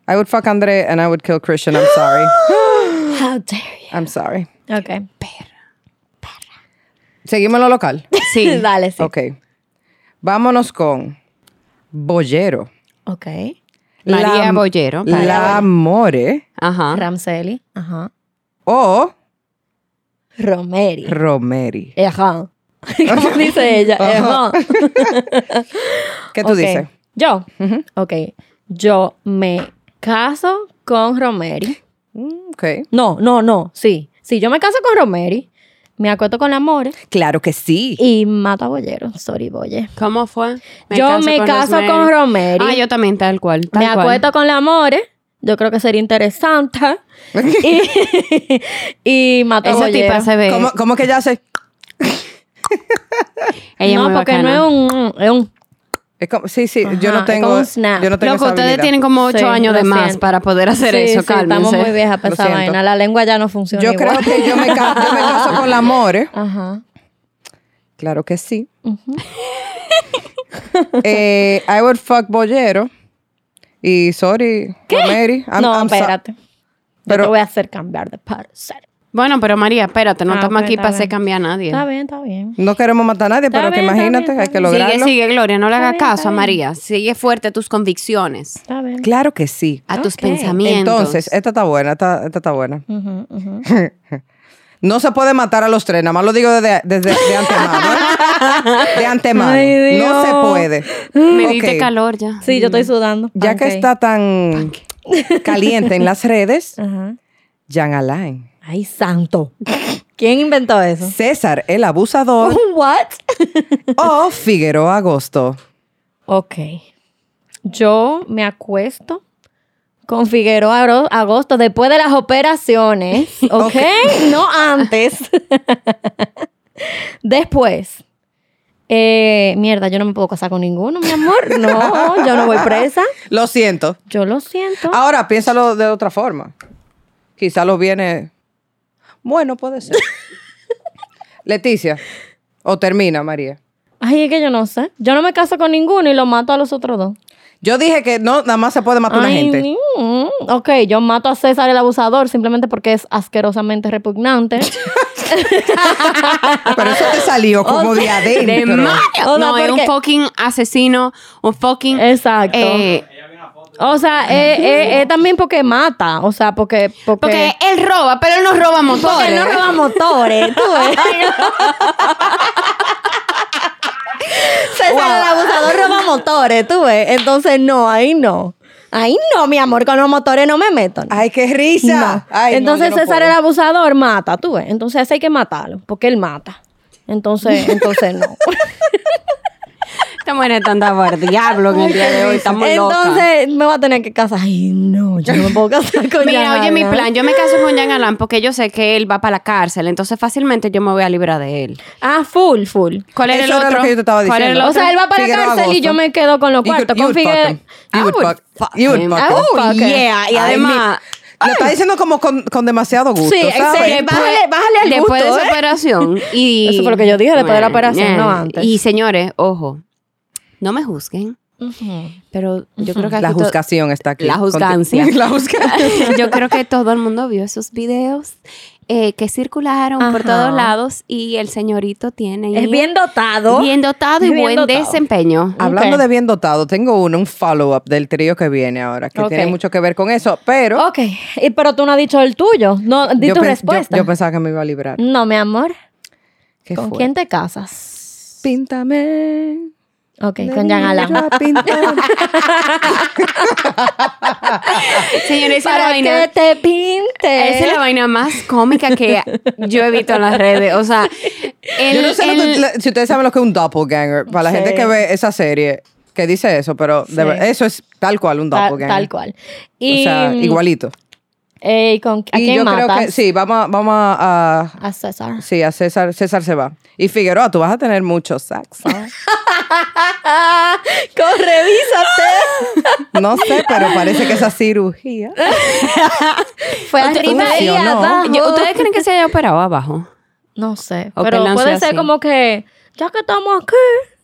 I would fuck André and I would kill Christian. I'm sorry.
How dare
I'm sorry.
you. Ok.
Seguimos en lo local.
Sí.
Dale, sí.
Ok. Vámonos con Bollero.
Ok.
Ah.
María
La-
Bollero.
La More
Ajá.
Ramseli. Ajá.
o
Romeri.
Romeri.
Ajá. ¿Cómo dice ella? Ajá.
¿Qué tú
Ok.
dices?
Yo. Ok. Yo me caso con Romeri.
Mm, Ok.
No, no, no. Sí. Sí, yo me caso con Romeri. Me acuesto con Amore
Claro que sí.
y mato a Bollero. Sorry, Bolle.
¿Cómo fue?
yo me caso
Rosemary.
con Romeri.
Ah, yo también, tal cual. tal
me
cual.
acuesto con la More. Yo creo que sería interesante. y, y mato a
Esa
Bollero.
tipa se ve.
¿Cómo, cómo que ya se...?
Ella
no,
muy
porque
bacana.
no es un... Es un
es como- sí, sí,
Ajá,
yo no
es
tengo...
como un snap.
Yo no tengo
Loco,
esa
ustedes
habilidad.
tienen como ocho
Sí,
años
lo
de más
siento.
para poder hacer
Sí,
eso,
sí,
cálmense.
Estamos muy viejas para
Lo
esa
siento.
vaina. La lengua ya no funciona
Yo creo
igual.
que yo me, ca- yo me caso con la More.
Ajá.
Claro que sí. Eh, I would fuck Bollero. Y sorry, Romeri. I'm-
no,
I'm so-
espérate. Pero...
Pero-
Yo te voy a hacer cambiar de parecer.
Bueno, pero María, espérate, no
Ah,
estamos
ok,
aquí
está
para hacer
bien.
cambiar a nadie.
Está bien, está bien.
No queremos matar a nadie,
Está
pero que
bien, está
imagínate,
bien,
hay
está
que
bien.
Sigue,
lograrlo.
sigue, Gloria, no le
Está
haga
bien,
caso
está
a
bien.
María. Sigue fuerte a tus convicciones,
Está bien.
Claro que sí.
a tus
Ok.
pensamientos.
Entonces, esta está buena, esta, esta está buena.
Ujú, ujú.
No se puede matar a los tres, nada más lo digo desde, desde de antemano. ¿eh? De antemano.
Ay, Dios.
no se puede.
me
Ok.
diste calor ya.
Sí, yo estoy sudando.
Ya que
Pancake.
está tan caliente en las redes,
Ajá.
Jean Alain.
Ay, santo. ¿Quién inventó eso?
César el abusador
What?
o Figueroa Agosto.
ok. Yo me acuesto con Figueroa Agro- Agosto después de las operaciones. Ok. no antes. después. Eh, mierda, yo no me puedo casar con ninguno, mi amor. No, yo no voy presa.
Lo siento.
Yo lo siento.
Ahora, piénsalo de otra forma. Quizá lo viene. Bueno, puede ser. Leticia. O termina, María.
Ay, es que yo no sé. Yo no me caso con ninguno y lo mato a los otros dos.
Yo dije que no, nada más se puede matar una
Ay,
gente.
mm, ok, yo mato a César el abusador simplemente porque es asquerosamente repugnante.
Pero eso te salió como de
De
adentro.
María.
O sea, Eh,
no, es un
porque-
fucking asesino, un fucking.
Exacto.
eh,
O sea, es también porque mata. O sea, porque. Porque,
Porque él roba, pero él no roba
porque
motores.
no roba motores. Tú ves. César, el abusador roba motores. Tú ves. Entonces, no, ahí no. Ahí no, mi amor, con los motores no me meto. no.
Ay, qué risa.
No.
Ay, no,
Entonces,
yo no
César,
puedo.
el abusador, mata. Tú ves. Entonces, ese hay que matarlo. Porque él mata. Entonces, entonces no.
Esta mujer está andando por el diablo en el día de hoy. Estamos locas.
Entonces, me va a tener que casar. Ay, no, yo no me puedo casar con
Mira,
Jan
oye, mi
Alan.
plan, yo me caso con Jan Alan porque yo sé que él va para la cárcel, entonces fácilmente yo me voy a librar de él.
Ah, full, full.
¿Cuál era
Eso
el
era
otro?
lo que yo te estaba
¿Cuál era el
diciendo.
O
otro?
sea, él va para la
Figueroa
cárcel y
Agosto.
yo me quedo con los
You
cuartos. Con
could- you would fuck him.
Figueroa.
I
You would
would
fuck. You would
him.
fuck
I
him.
would
Oh,
fuck him. Yeah, y
Ay,
además-
mi- Lo está diciendo como con, con demasiado gusto,
Sí,
¿sabes?
excelente. Bájale- bájale al
después
gusto,
de esa
¿eh?
operación y eh,
Eso fue lo que yo dije, después de la operación, no antes.
Y señores, ojo, no me juzguen, pero yo creo que
La
aquí to-
juzgación está aquí.
La juzgancia.
Conti- La juzgancia.
yo creo que todo el mundo vio esos videos eh, que circularon por
Ajá.
todos lados y el señorito tiene
Es bien dotado.
bien dotado y
Bien
buen
dotado.
desempeño.
Hablando
Ok.
de bien dotado, tengo uno, un follow-up del trío que viene ahora, que
Ok.
tiene mucho que ver con eso, pero
Ok, y- pero tú no has dicho el tuyo. No, di
yo,
tu
pen- yo-
respuesta.
Yo, pensaba que me iba a librar.
no, mi amor.
¿Qué
¿Con
fue?
quién te casas?
Píntame.
Ok, con Jan Alan.
Señores, esa
Para
vaina-
que te pinte.
Esa es la vaina más cómica que yo he visto en las redes. O sea, el-
Yo no sé lo que-
el-
la- si ustedes saben lo que es un doppelganger. Para la
Sí.
gente que ve esa serie, que dice eso, pero de
Sí.
ver- eso es tal cual un
tal,
doppelganger.
tal cual.
O
Y,
sea, igualito.
eh, ¿y con, ¿A
y
quién
yo
matas?
creo que sí, vamos, a- vamos a, a-
A César.
Sí, a César. César se va. Y Figueroa, tú vas a tener mucho saxo.
Corre, revísate.
No sé, pero parece que esa cirugía.
Fue arriba y
funcionó.
abajo.
Yo- ¿Ustedes creen que se haya operado abajo?
No sé,
O que
pero
lance
puede ser
así.
como que, ya que estamos aquí,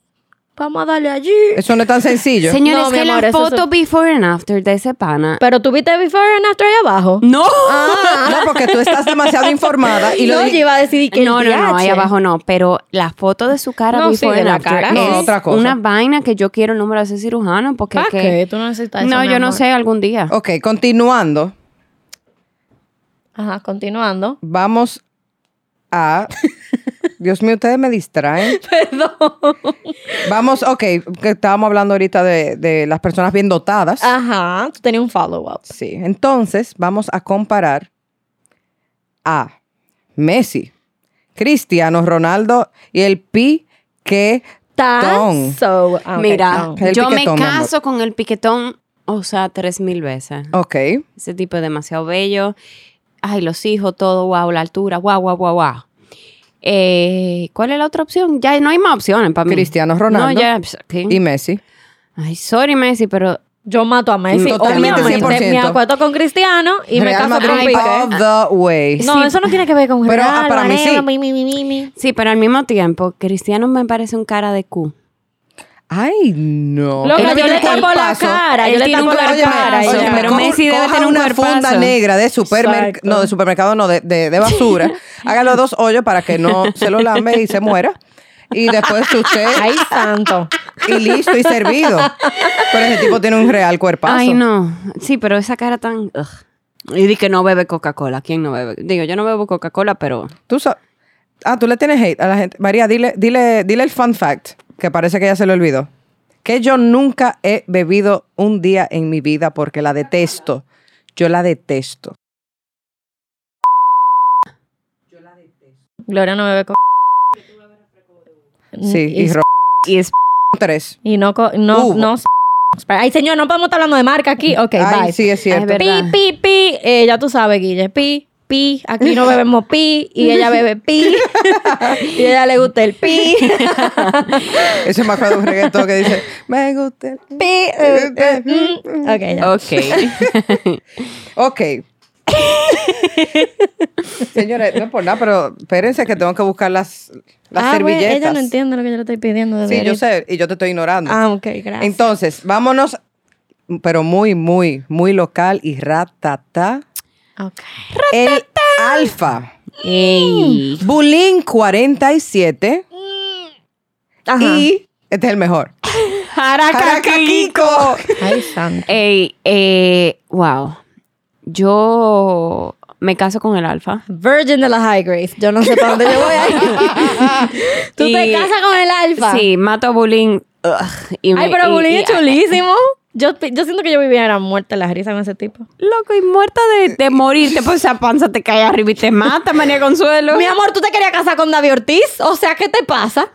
vamos a darle allí.
Eso no es tan sencillo.
Señores,
No, mi
que
amor,
la
eso
foto
es-
before and after de ese pana. Ah,
Pero tú viste before and after ahí abajo.
¡No!
No, porque tú estás demasiado informada y lo
no,
dij-
yo iba a decir que el
No, no, no, ahí
DH.
abajo no. Pero la foto de su cara
No, sí,
before
de
and
la
after
cara.
es
No, otra cosa.
una vaina que yo quiero el número de ese cirujano porque...
¿Pa'
que-
qué? Tú no necesitas eso,
No,
mi
yo no
amor.
sé, algún día.
Ok, continuando.
Ajá, continuando.
Vamos a. Dios mío, ustedes me distraen.
Perdón.
Vamos, ok, que estábamos hablando ahorita de, de las personas bien dotadas.
Ah. Ajá, tú tenías un follow-up.
Sí, entonces vamos a comparar a Messi, Cristiano Ronaldo y el Pi que Ton.
Tan so... ah, ok,
Mira,
ton.
El
yo
piquetón, mi
me
amor.
caso con el piquetón, o sea, tres mil veces.
Ok,
Ese tipo es demasiado bello. Ay, los hijos, todo, wow, la altura, guau, guau, guau, guau. Eh, ¿Cuál es la otra opción? Ya no hay más opciones para mí.
Cristiano Ronaldo.
No, ya. pss, ¿qué?
y Messi.
Ay, sorry, Messi, pero.
Yo mato a Messi.
Totalmente,
obviamente.
100%.
Me acuerdo con Cristiano y me
Real
caso con
Madrid
Piqué.
all the way.
No,
Sí.
eso no tiene que ver con
Pero,
Real,
ah, para mí sí.
Varela, mi, mi, mi, mi, mi.
Sí, pero al mismo tiempo, Cristiano me parece un cara de Q.
Ay, no.
Loca,
Él
yo
tiene
le
un
tapo
la
cuerpazo.
cara, yo
Él
le
tiene
tapo
un-
la
óyeme,
cara,
óyeme,
ya. Pero
coja-
Messi debe
coja
tener un
una
cuerpazo.
funda negra de supermercado,
Exacto.
no, de supermercado, no, de, de, de basura. Hágalo dos hoyos para que no se lo lambe y se muera. Y después usted
Ay, santo.
y listo y servido. Pero ese tipo tiene un real cuerpazo.
Ay, no. Sí, pero esa cara tan. ugh. Y di que no bebe Coca-Cola. ¿Quién no bebe? Digo, yo no bebo Coca-Cola, pero.
Tú sa- ah, tú le tienes hate a la gente. María, dile, dile, dile el fun fact, que parece que ya se lo olvidó. Que yo nunca he bebido un día en mi vida porque la detesto. Yo la detesto.
Gloria no bebe co-
Sí, y,
Y,
ro-
Y es.
tres.
y no, co- no,
Hubo.
no. Ay, señor, no podemos estar hablando de marca aquí. Ok,
Ay,
bye.
sí, es
Ay,
cierto.
ver-
Pi,
¿Verdad?
pi, pi. Eh, ya tú sabes, Guille. Pi, pi. Aquí no bebemos pi. Y ella bebe pi. y a ella le gusta el pi.
Eso me acuerdo de un reggaetón que dice, me gusta. el-".
pi. eh, eh, mm. ok,
Oh,
ya.
Ok.
Ok. Señores, no es por nada, pero espérense que tengo que buscar las, las
Ah, güey,
servilletas.
ella no entiende lo que yo le estoy pidiendo. desde
Sí, yo
ahorita.
sé, y yo te estoy ignorando.
Ah, ok, gracias.
Entonces, vámonos, pero muy, muy, muy local y ratata.
Ok.
El Alfa
Mm.
Ey.
Bulín 47
Ajá.
y este es el mejor.
Jaracaquico.
Ay, santo.
Ey, eh, wow. Yo me caso con el alfa.
Virgin de la High Grace. Yo no sé para dónde yo voy a ir. Tú te
Y-
casas con el alfa.
Sí, mato a bullying. Ugh, y
Ay,
me-
pero
y-
Bulín
y-
es chulísimo. Yo, yo siento que yo vivía en la muerte, la risa con ese tipo.
Loco, y muerta de, de morirte, pues esa panza te cae arriba y te mata, María Consuelo.
Mi amor, tú te querías casar con David Ortiz. O sea, ¿qué te pasa?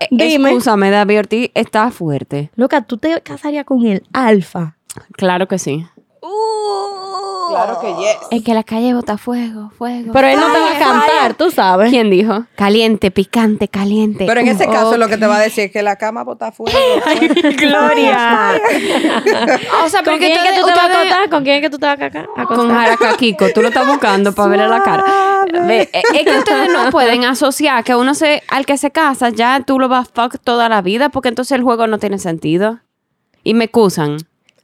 Eh,
dime.
Excúsame, David Ortiz está fuerte.
Loca, tú te casarías con el alfa.
Claro que sí.
Claro que yes.
Es que la calle bota fuego, fuego.
Uh. Pero él no te va a cantar, tú sabes.
¿Quién dijo? Caliente, picante, caliente.
Pero en ese
Oh,
caso lo que te va a decir es que la cama bota fuego. pues.
Gloria.
O sea,
¿Con
porque
quién es que tú te
ustedes-
vas a acostar? ¿Con quién es que tú te vas a caca- a acostar?
Con Jaracaquico, tú lo estás buscando para verle la cara. Ve, eh, es que ustedes no pueden asociar que uno se, al que se casa, ya tú lo vas a fuck toda la vida, porque entonces el juego no tiene sentido. Y me excusan.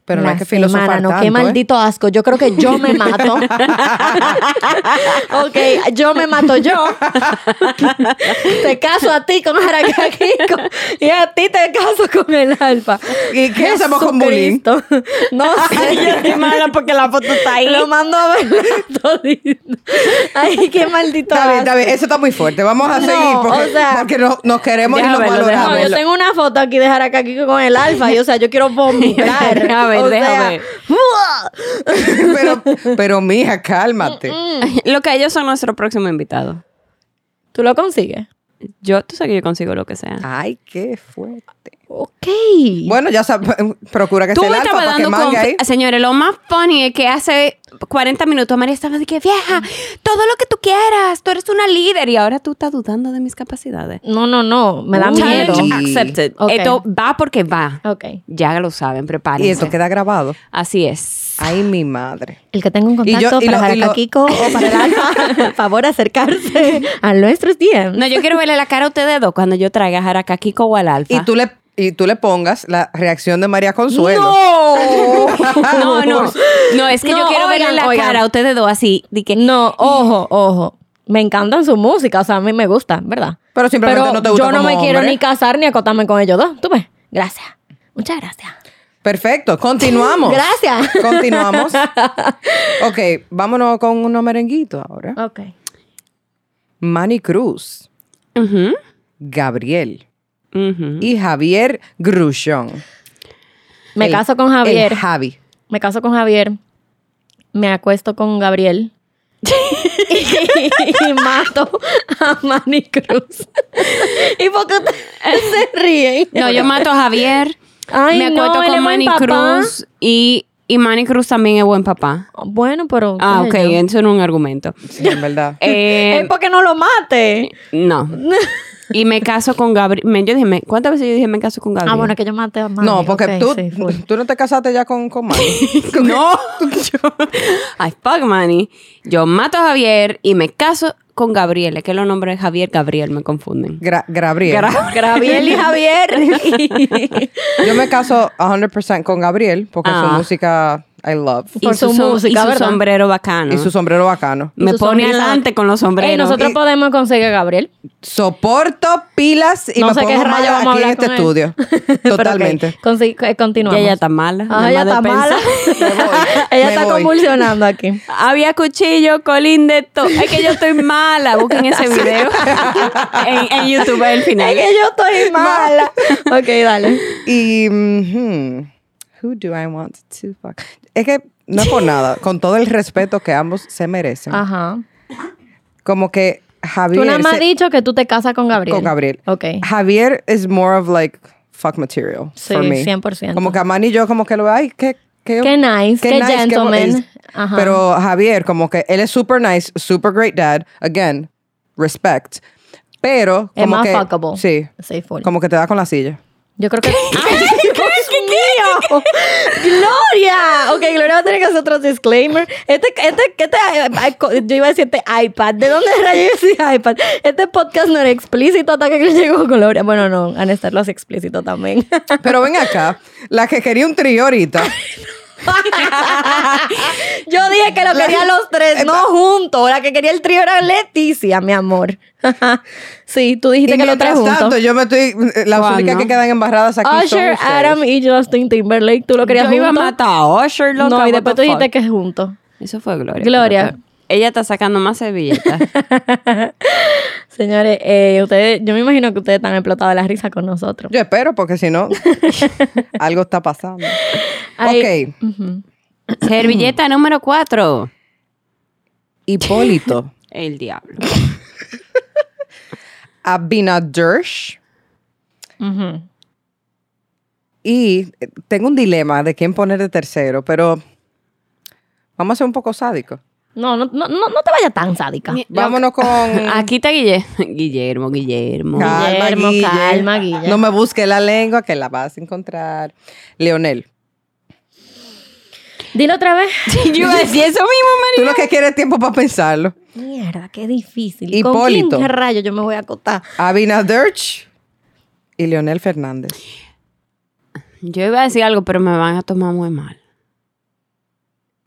Pero no
La
hay que
semana,
filosofar
no,
tanto,
qué
¿eh?
maldito asco. Yo creo que yo me mato. ok, yo me mato yo. te caso a ti con Jaracaquico y a ti te caso con el alfa.
¿Y qué hacemos con Bulín?
Jesucristo. No sé.
porque la foto está
Lo mando a ver todito. Ay, qué maldito
Está bien,
asco.
está bien. Eso está muy fuerte. Vamos a
No,
seguir porque,
o sea-
porque no- nos queremos y
Deja
nos
verlo, deja
valoramos.
No, yo tengo una foto aquí de Jaracaquico con el alfa y, o sea, yo quiero vomitar.
Deja ver,
o
deja
sea,
ver.
pero, pero, mija, cálmate.
Mm,
Lo que ellos son nuestro próximo invitado.
¿Tú lo consigues?
Yo, tú sabes que yo consigo lo que sea.
Ay, qué fuerte.
Ok.
Bueno, ya sabes, procura que
Tú
esté el
me
alfa
estabas
para que
dando
mangue ahí.
confi- Señores, lo más funny es que hace 40 minutos María estaba así que, vieja, todo lo que tú quieras, tú eres una líder. Y ahora tú estás dudando de mis capacidades.
No, no, no. Me da
Uh,
miedo.
Challenge
Sí.
accepted.
Ok.
Esto va porque va.
Ok.
Ya lo saben, prepárense.
Y eso queda grabado.
Así es.
Ay, mi madre.
El que tenga un
Y yo-
contacto
y
para
lo- y lo-
Jaracaquico o para el alfa, favor acercarse a nuestros días.
No, yo quiero verle la cara a ustedes dos cuando yo traiga a Jarakakiko o al Alfa.
Y tú le y tú le pongas la reacción de María Consuelo.
No, no. No, es que yo
No,
quiero verle
oigan,
la
oigan.
cara a ustedes dos así. De que,
No, ojo, ojo. Me encantan su música, o sea, a mí me gusta, ¿verdad?
Pero simplemente no te gusta
yo no
como
me quiero
hombre.
ni casar ni acotarme con ellos dos. Tú ves. Gracias. Muchas gracias.
Perfecto, continuamos.
Gracias.
Continuamos. Ok, vámonos con unos merenguitos ahora.
Ok.
Manny Cruz,
Ujú,
Gabriel
Mm.
ujú.
y Javier Grullón.
Me
El-
caso con Javier.
el Javi.
me caso con Javier. Me acuesto con Gabriel. y, mato a Manny Cruz. ¿Y por qué ustedes se ríen?
No, yo mato a Javier.
Ay,
me
no,
acuesto
él es
con
buen
Manny
papá.
Cruz. Y, y Manny Cruz también es buen papá.
Bueno, pero.
Ah, ok,
qué sé yo.
eso no es un argumento.
Sí, en verdad.
Eh,
Es porque no lo mate.
no. Y me caso con Gabriel. Yo dije, me- ¿cuántas veces yo dije me caso con Gabriel?
Ah, bueno, que yo mate a Manny.
No, porque
Ok,
tú,
sí, full.
tú no te casaste ya con, con Manny.
No, yo. Ay, fuck, Manny. Yo mato a Javier y me caso con Gabriel. Es que los nombres de Javier, Gabriel me confunden.
Gra- Gabriel.
Gra-
Gabriel y Javier.
Yo me caso 100% con Gabriel porque su
Ah.
música I love.
Y por su
som-
música,
y su
¿verdad?
sombrero bacano.
Y su sombrero bacano.
me
su
pone
sonrisa.
adelante con los sombreros.
Ey, Eh, nosotros podemos conseguir a Gabriel.
Soporto pilas y
No
me
sé qué
pongo
rayos
mala
vamos a
aquí
hablar
en este
con él.
estudio.
Pero ok,
Totalmente.
consi- eh,
Ya
continuamos.
ella está mala. nada
Ah, ella
más de
está mala.
pensar.
ella
me
está
voy.
convulsionando aquí.
Había cuchillo, colín de todo. Es que yo estoy mala. Busquen ese video en, en YouTube al
Es
final.
que yo estoy mala. ok, dale.
Y mhm, who do I want to fuck? Es que no es por nada, con todo el respeto que ambos se merecen.
Ajá.
Como que Javier
Ah. Tú nada más
se-
has dicho que tú te casas con Gabriel.
con Gabriel.
Ok.
Javier is more of like fuck material
Sí,
for me.
100%.
Como que a Manny yo como que lo veo, ay, qué qué,
Qué nice, qué
bo-
gentleman.
es-
Ajá.
Pero Javier como que él es super nice, super great dad, again, respect. Pero como
Es más
que
fuckable.
sí,
Sí, full.
como que te da con la silla.
Yo creo que. ¡Ay, Dios mío! ¡Gloria! Ok, Gloria va a tener que hacer otro disclaimer. Este, este, este, eh, co- yo iba a decir este iPad. ¿De dónde rayos ese iPad? Este podcast no era explícito hasta que llegó Gloria. Bueno, no, han estarlo es explícito también.
Pero ven acá, la que quería un trío ahorita.
Yo dije que lo quería los tres, no juntos. La que quería el trío era Leticia, mi amor. sí, tú dijiste
Y
que los tres
mientras tanto,
juntos.
yo me estoy. eh, Las
¿Cuál,
únicas
no?
que quedan embarradas aquí son
Usher,
ustedes.
Adam y Justin Timberlake, tú lo querías
Yo iba a
juntos?
matar a Usher, loca,
No,
what
y después
the
tú dijiste
fuck.
que juntos.
Eso fue Gloria.
Gloria.
pero- Ella está sacando más servilletas.
Señores, eh, ustedes, yo me imagino que ustedes están explotados de la risa con nosotros.
Yo espero, porque si no, algo está pasando.
Ay.
Ok,
Ujú.
Servilleta número 4.
Hipólito,
El diablo.
Abinadersh.
Ujú.
Y eh, tengo un dilema de quién poner de tercero, pero vamos a ser un poco sádicos.
No, no, no, no no te vayas tan sádica.
Ni-
Vámonos con.
Aquí está Guille- Guillermo. Guillermo.
Ah, Guillermo,
Guille.
calma, Guille.
No me busques la lengua que la vas a encontrar. Leonel.
Dilo otra vez.
Yo iba a decir eso mismo, María.
Tú lo que quieres es tiempo para pensarlo.
Mierda, qué difícil.
Hipólito.
¿Con quién rayo yo me voy a acotar?
Abinaderch y Leonel Fernández.
Yo iba a decir algo, pero me van a tomar muy mal.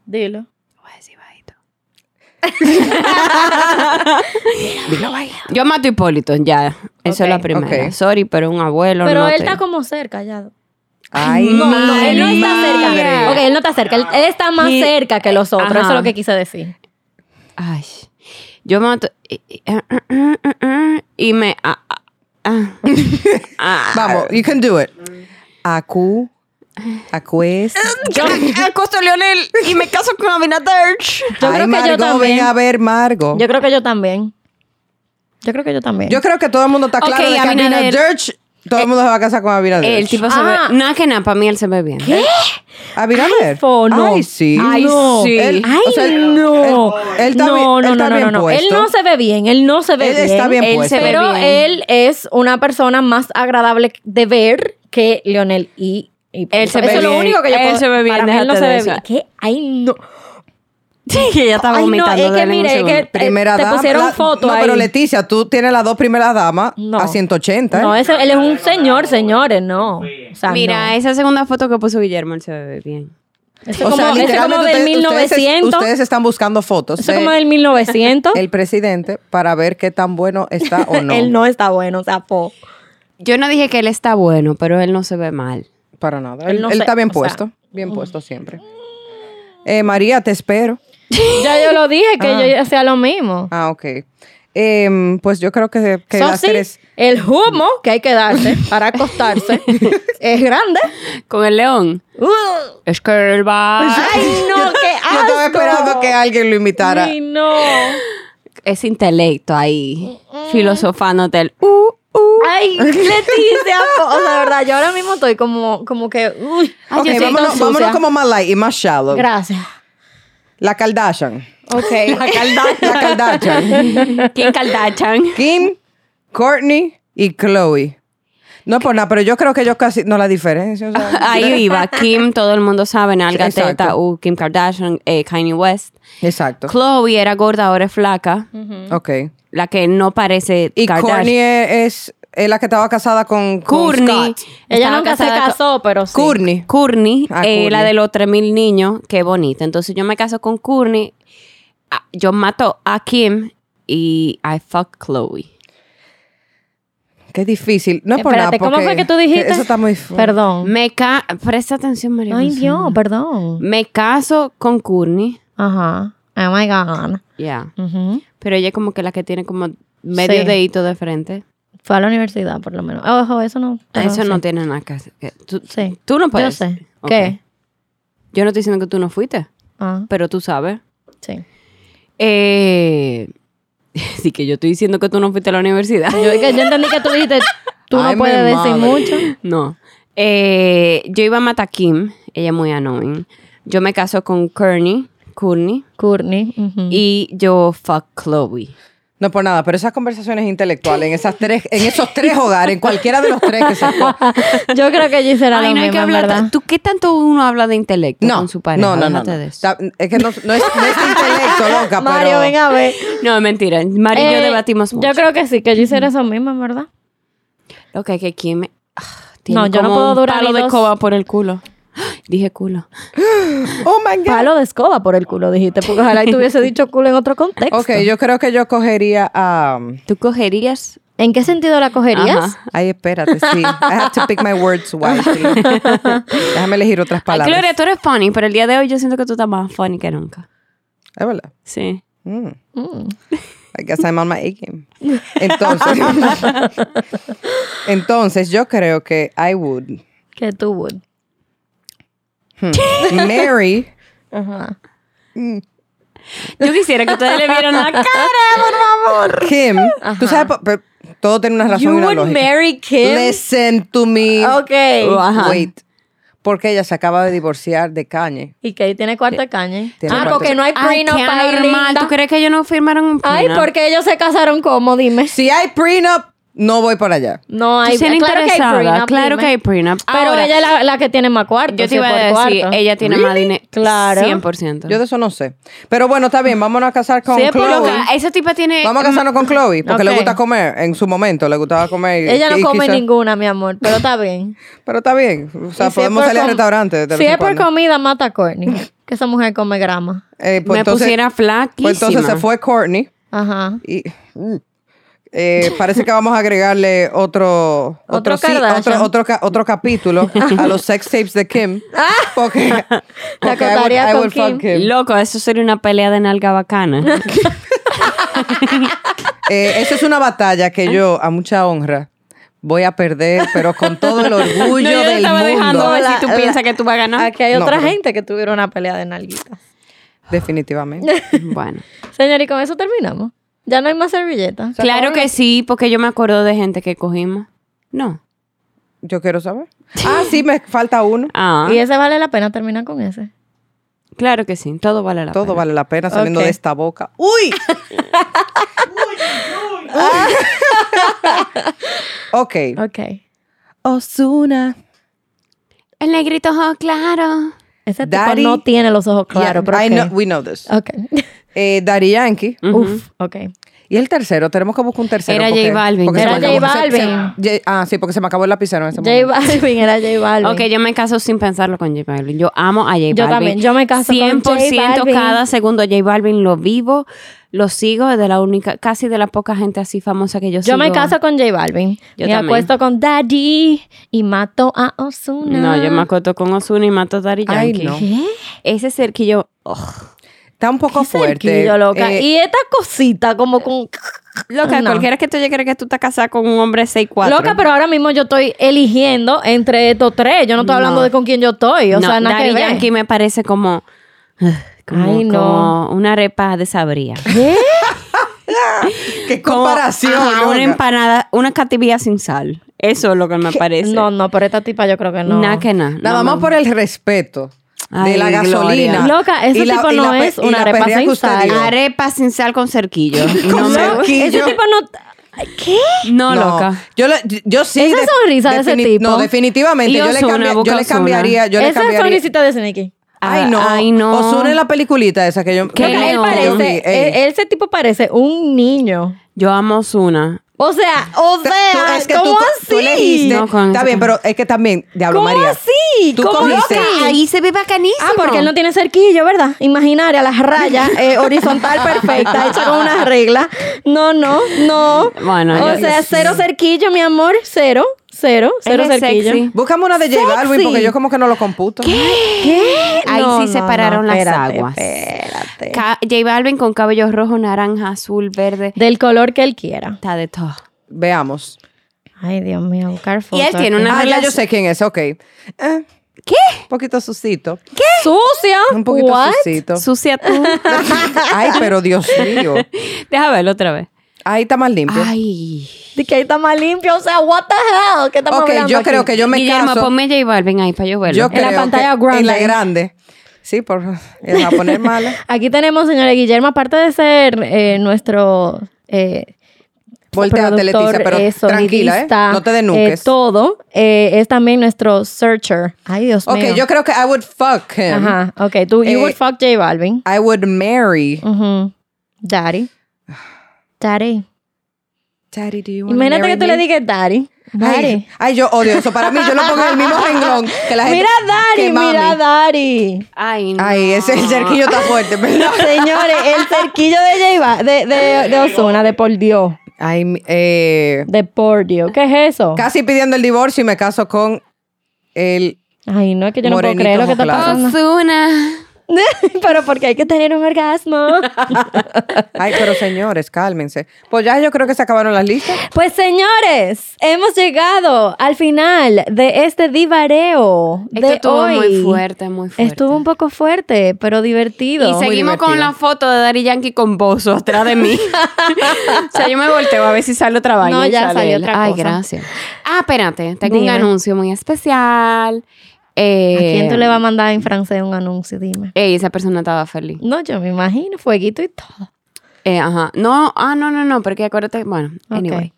Dilo.
Lo voy a decir bajito. Yo mato a Hipólito, ya. Eso es la
Ok,
primera.
ok.
Sorry, pero un abuelo.
Pero
no
él
te-
está como cerca, ya.
Ay,
no,
No, él no está
madre.
cerca. Ok, él no está cerca. Él, él está más
Y-
cerca que los otros.
Ajá.
Eso es lo que quise decir.
Ay. Yo mato. eh, eh, eh, eh, eh, eh, Y me. ah, ah, ah. Ah.
Vamos, you can do it. Acu, acues.
Yo acosto a Leonel y me caso con Abinader.
Yo creo
Ay,
que
Margo,
yo también.
ven a ver, Margo.
Yo creo que yo también. Yo creo que yo también.
Yo creo que todo el mundo está
Ok,
claro de que
Abinader.
Abinaderch, todo
Eh,
el mundo se va a casar con Abinader.
El tipo se
Ah.
ve. Nada que nada, para mí él se ve bien.
Abinader.
Ay, fono.
Ay, sí.
Ay,
no.
sí.
Él-
Ay,
o sea, él-
no.
él- él está
no,
bien-
no,
él
no,
está
no,
bien
no, no. Él
puesto.
no se ve bien, él no se ve
Él está bien
Él
puesto.
se ve
pero
bien.
él es una persona más agradable de ver que Lionel y, y
Él se
eso
ve
es lo
bien,
único que yo
él
puedo-
se ve bien,
para mí él no
déjate
se
de
ve
eso.
bien. ¿Qué? Ay, no.
que ya estaba
Ay, no,
vomitando.
es que
dale un
mire, es que-
segundo.
Primera
te
dama.
pusieron
la-
foto
No, pero
ahí.
Leticia, tú tienes las dos primeras damas
No.
a 180. ¿eh?
No, ese, él es un señor, señores, no. O sea,
Mira,
Ah, no.
esa segunda foto que puso Guillermo, él se ve bien.
Ese
O
como,
sea,
ese como
literalmente
del
ustedes- ustedes-
1900.
Ustedes, están buscando fotos
ese
de
como del 1900.
el presidente para ver qué tan bueno está o no.
Él no está bueno, o sea, po.
Yo no dije que él está bueno, pero él no se ve mal.
Para nada.
Él
Él,
no
él
se-
está bien
o sea, mm.
puesto. bien puesto siempre. Eh, María, te espero.
Ya yo lo dije que
Ah.
yo hacía lo mismo.
Ah, ok. Em, pues yo creo que, que
So,
las
sí,
tres...
el humo que hay que darse para acostarse es grande.
Con el león. Es que él va.
Ay, no, qué
Yo estaba
asco.
esperando que alguien lo invitara.
Ay, no.
Ese intelecto ahí, filosofándote el. Uh, uh.
Ay, Leticia. po- O sea, de verdad, yo ahora mismo estoy como, como que. Uy.
Ay,
ok,
yo soy tan
vámonos,
sucia.
vámonos como más light y más shallow.
Gracias.
la Kardashian.
Ok.
La Kardashian.
¿Quién Kardashian?
Kim, Courtney y Chloe. No es por nada, pero yo creo que yo casi no la diferencio. o sea,
Ahí iba. Kim, todo el mundo sabe, Nalga
Exacto.
Teta, uh, Kim Kardashian, eh, Kanye West.
Exacto.
Chloe era gorda, ahora es flaca.
Mm.
Ok.
La que no parece
Y Courtney
Kardashian.
es, es la que estaba casada con, con
Courtney.
Scott.
Ella nunca se casó, pero sí.
Courtney.
Courtney,
Ah,
eh,
Courtney.
la de los 3000 niños, qué bonita. Entonces yo me caso con Courtney, ah, yo mato a Kim y I fuck Chloe.
Qué difícil. No es por
Espérate,
nada,
¿cómo
porque
fue que tú dijiste?
Eso está muy
Perdón.
Me ca presta atención, María.
Mm. Ay,
José.
Dios, perdón.
Me caso con Courtney,
Ajá. Oh my God.
ya.
Ujú.
Pero ella como que la que tiene como medio
Sí.
dedito de frente.
Fue a la universidad, por lo menos. Ah, Ojo, eso no. pero
Ah, Eso no
sí.
tiene nada que hacer. que- Tú,
Sí.
tú no
Yo
puedes.
sé.
Ok.
¿Qué?
Yo no estoy diciendo que tú no fuiste,
Ah,
pero tú sabes.
sí.
Eh, sí que yo estoy diciendo que tú no fuiste a la universidad.
Yo, que yo entendí que tú dijiste, tú
Ay,
no
mi
puedes decir
madre.
mucho.
No. Eh, yo iba a matar a Kim, ella es muy annoying. Yo me caso con Courtney, Courtney
Courtney. ujú.
y yo fuck Chloe.
No por nada, pero esas conversaciones intelectuales en esas tres, en esos tres hogares, en cualquiera de los tres que sacó.
Yo creo que Gis era
Ay,
lo
no hay que
mismo, en
hablar.
¿verdad?
ta- ¿Tú qué tanto uno habla de intelecto
No,
con su pareja?
no, no, no.
Déjate
no.
de eso.
Está- Es que no, no es, no es intelecto, loca,
Mario,
pero...
ven a ver.
No, mentira. Mari y yo
Eh,
debatimos mucho.
Yo creo que sí, que Gis era eso mismo, en ¿verdad?
Lo que hay que Kim. ah, tiene
No, yo no
como
puedo
un
durar
palo
ni
de
dos-
escoba por el culo. Dije culo.
Oh my God.
Palo de escoba por el culo, dijiste, porque ojalá y te hubiese dicho culo en otro contexto.
Ok, yo creo que yo cogería a. um,
¿Tú cogerías?
¿En qué sentido la cogerías?
Ajá.
Ay, espérate, sí. I have to pick my words wisely. Déjame elegir otras
Ay,
palabras.
Gloria, tú eres funny, pero el día de hoy yo siento que tú estás más funny que nunca.
Es verdad.
Sí.
Mm.
Mm.
I guess I'm on my A game. Entonces, entonces yo creo que I would hmm,
Que tú, Wood.
marry.
Ajá.
Yo quisiera que ustedes le vieran la cara, por favor.
Kim, tú sabes, po- pero todo tiene una razón
You
y una
would
lógica.
marry Kim.
Listen to me.
Ok.
Ajá.
Wait. Porque ella se acaba de divorciar de Kanye.
¿Y que ahí tiene cuarta caña?
Tiene
ah,
cuarta
porque no hay
Ay,
prenup
qué
ahí,
anormal.
linda.
¿Tú crees que ellos no firmaron un
Ay,
prenup?
porque ellos se casaron como, dime.
Si hay prenup, no voy para allá.
No
Tú
hay
sí eres
claro que hay
interesada,
prenup,
claro
dime.
que hay prenup.
Pero
Ahora,
ella es la, la que tiene más cuarto.
Yo te iba a
por
decir,
cuarto.
ella tiene más dinero.
Claro.
100%.
Yo de eso no sé. Pero bueno, está bien, vámonos a casar con
Sí, es por
Chloe.
lo que- eh, mm,
Loca, esa tipa tiene...
Vamos a casarnos con Chloe, porque le
Ok.
gusta comer. En su momento le gustaba comer. y-
Ella no
y
come
quizá-
ninguna, mi amor, pero está bien.
Pero está bien. O sea,
Y si
podemos
es por
salir al
com-
restaurante. de
Si
vez en
es por
cuando.
comida, mata a Courtney. que esa mujer come grama.
Eh, pues
me
entonces-
pusiera flaquísima.
Pues entonces se fue Courtney
Ajá.
y mm, eh, parece que vamos a agregarle otro
Otro
sí,
Kardashian.
otro, otro ca- otro capítulo a los sex tapes de Kim porque, porque I would,
acotaría
I
Ah. con
would fuck
Kim.
Kim.
Loco, eso sería una pelea de nalga bacana.
Eh, esa es una batalla que yo a mucha honra voy a perder pero con todo el orgullo
No, yo te
del
estaba
mundo
dejando a ver si
La-
tú
la-
piensas que tú vas a ganar.
Aquí hay
No,
otra
pero-
gente que tuvieron una pelea de nalguitas.
definitivamente
Bueno.
Señor, y con eso terminamos. Ya no hay más servilletas.
Claro que sí, porque yo me acuerdo de gente que cogimos. No.
yo quiero saber ah sí me falta uno
Ah,
Y ese vale la pena terminar con ese.
claro que sí. Todo vale la
todo
pena.
vale la pena saliendo
Ah, Ok.
de esta boca uy Ok.
Ok.
Osuna.
El negrito, ojo, claro.
Ese
Daddy-
tipo no tiene los ojos
Yeah,
claros, pero
I
ok.
know- we know this.
Ok.
Eh, Daddy Yankee.
Uf, ok.
Y el tercero, tenemos que buscar un tercero.
Era J
porque-
Balvin.
porque se
Era
me
J
acabó- se- se-
Balvin.
J- ah, sí, porque se me acabó el lapicero en ese
J
momento.
Balvin era J Balvin.
Ok, yo me caso sin pensarlo con J Balvin. Yo amo a J Balvin.
Yo también, yo me caso con J Balvin.
cada segundo J Balvin lo vivo, lo sigo, es de la única, casi de la poca gente así famosa que yo sigo.
Yo me caso con J Balvin.
Yo
me
también.
acuesto con Daddy y mato a Ozuna.
No, yo me acoto con Ozuna y mato a Daddy
Ay,
Yankee.
no.
¿Qué?
Ese cerquillo,
Está un poco fuerte.
Cerquillo, loca.
Eh,
y esta cosita como con...
Loca,
No.
cualquiera que tú llegue cree que tú estás casada con un hombre 6'4.
Loca, pero ahora mismo yo estoy eligiendo entre estos tres. Yo no estoy hablando
No.
de con quién yo estoy. O
no,
sea, nada que
Daddy
ver.
Yankee me parece como, como,
Ay, no.
como una arepa de sabría.
¿Qué?
qué
Como,
comparación.
ajá, una
loca.
empanada, una cativía sin sal. Eso es lo que me parece.
No, no, pero esta tipa yo creo que no.
Nada que nada.
Nada
no
más
me-
por el respeto de
Ay,
la
Gloria.
gasolina.
Loca, ese
Y la-
tipo
y la
no
pe-
es
y
una
la
arepa
perrea
sin
que usted
sal.
dio.
Arepa sin sal con cerquillo.
Con
No, me-
cerquillo.
Ese tipo no... ¿Qué?
no,
No,
loca.
Yo, le- yo sí.
Esa
de-
sonrisa de ese tipo.
No, definitivamente.
Y
Yo le,
Ozuna,
cambié- yo
busca
le
Ozuna.
cambiaría. Yo le
Esa es
cambiaría.
sonrisita de Sneaky.
Ay, no.
Ay, no.
Ozuna es la peliculita esa que yo.
Qué
Loca, él
león.
parece,
Ey.
e- ese tipo parece un niño.
Yo amo Osuna.
O sea, o
Tú-
sea,
tú- es que
¿cómo
tú,
así?
tú elegiste.
No, con
está
ese
bien,
con-
pero es que también, Diablo
¿Cómo
María.
así?
Tú
¿Cómo
cogiste.
loca?
Ahí se ve bacanísimo.
Ah, porque él no tiene cerquillo, ¿verdad? Imaginaria, las rayas, eh, horizontal perfecta, hecha con unas reglas. No, no, no.
Bueno,
o
yo-
sea, cero cerquillo, mi amor, cero, cero,
Él
cero
es
cerquillo.
sexy.
Búscame una de J Balvin porque yo como que no lo computo.
¿Qué?
Ahí
No,
sí
no,
separaron
no,
las
espérate,
aguas.
Espérate.
Ca- J Balvin con cabello rojo, naranja, azul, verde.
Del color que él quiera.
Está de todo.
Veamos.
Ay, Dios mío, este. buscar fotos.
tiene
aquí.
una-
Ah, ya
relación-
yo sé quién es, ok. Eh, Un poquito sucito.
¿Qué? Sucia.
Un poquito
¡Eh! What?
sucito.
Sucia tú.
Ay, pero Dios mío.
Deja verlo otra vez.
Ahí está más limpio.
Ay.
De que ahí está más limpio. O sea, what the hell? ¿Qué estamos
ok,
hablando
yo creo
aquí?
que yo me
Guillermo,
caso.
ponme J Balvin ahí para yo verlo.
yo
en la
creo
pantalla
que-
grande.
En la grande. Sí, por, me va a poner mala.
Aquí tenemos, señores Guillermo, aparte de ser eh, nuestro... eh,
Volteate,
productor,
Leticia, pero
eh,
tranquila, ¿eh?
sonidista,
No te denuques.
eh, todo eh, es también nuestro searcher. Ay, Dios
ok,
mío.
yo creo que I would fuck him.
Ajá, ok. Tú, you
Eh,
would fuck J Balvin.
I would marry.
Ujú. Daddy. Daddy.
Daddy, do you wanna
Imagínate
marry
que tú
me?
le digas daddy. Dari.
Ay, ay, yo odio eso. Para mí, yo lo pongo en el mismo renglón que la gente.
Mira a
que
Dari,
mami.
mira a Dari.
Ay, no.
Ay, ese el cerquillo está fuerte, ¿verdad?
Señores, el cerquillo de J Ba- de, de, de Osuna, de por Dios.
Ay, mi- eh,
De por Dios. ¿Qué es eso?
casi pidiendo el divorcio y me caso con el.
Ay, no, es que yo no puedo
Morenito
creer lo que está
mojlado.
pasando.
Ozuna.
Pero porque hay que tener un orgasmo.
Ay, pero señores, cálmense. Pues ya yo creo que se acabaron las listas.
Pues señores, hemos llegado al final de este divareo
Es
de
que estuvo
hoy.
muy fuerte, muy fuerte.
Estuvo un poco fuerte, pero divertido.
Y seguimos con
divertido.
la foto de Daddy Yankee con Bozo atrás de mí. o sea, yo me volteo a ver si sale otra vaina.
No,
y
ya
sale
salió
él.
otra
Ay,
cosa.
gracias. Ah, espérate. Tengo
Dime.
un anuncio muy especial.
¿A
Eh,
quién tú le vas a mandar en francés un anuncio? Dime.
Ey, esa persona estaba feliz.
No, yo me imagino, fueguito y todo.
Eh, ajá. No, ah, no, no, no, porque acuérdate. Bueno,
Ok.
anyway.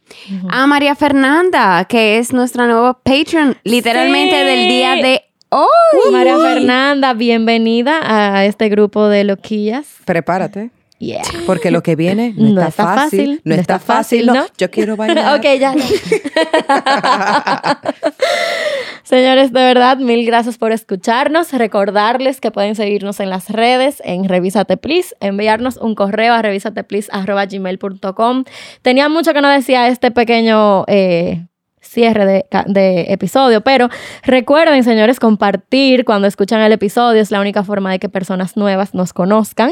A María Fernanda, que es nuestra nueva patron, literalmente
Sí.
del día de hoy.
María Fernanda, bienvenida a este grupo de loquillas.
Prepárate.
Yeah.
Porque lo que viene no, está, fácil, No está, fácil. no.
¿no?
Yo quiero bailar.
ok, ya. Señores, de verdad, mil gracias por escucharnos. Recordarles que pueden seguirnos en las redes, en Revisate Please, enviarnos un correo a revisateplease.gmail.com. Tenía mucho que no decía este pequeño eh, cierre de, ca- de episodio, pero recuerden, señores, compartir cuando escuchan el episodio. Es la única forma de que personas nuevas nos conozcan.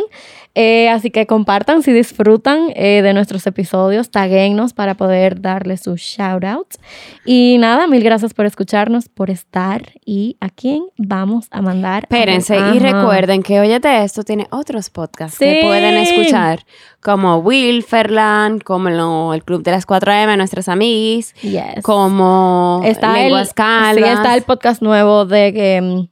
Eh, así que compartan si disfrutan eh, de nuestros episodios, taguennos para poder darles sus shout outs. Y nada, mil gracias por escucharnos, por estar y a quién vamos a mandar. a-
Espérense y
Ajá.
recuerden que Óyete Esto tiene otros podcasts que
Sí.
pueden escuchar, como Wilferland, como lo- el Club de las 4M, nuestras amiguis,
Yes.
como
está el,
Lenguas
sí,
Calvas.
está el podcast nuevo de que, mm,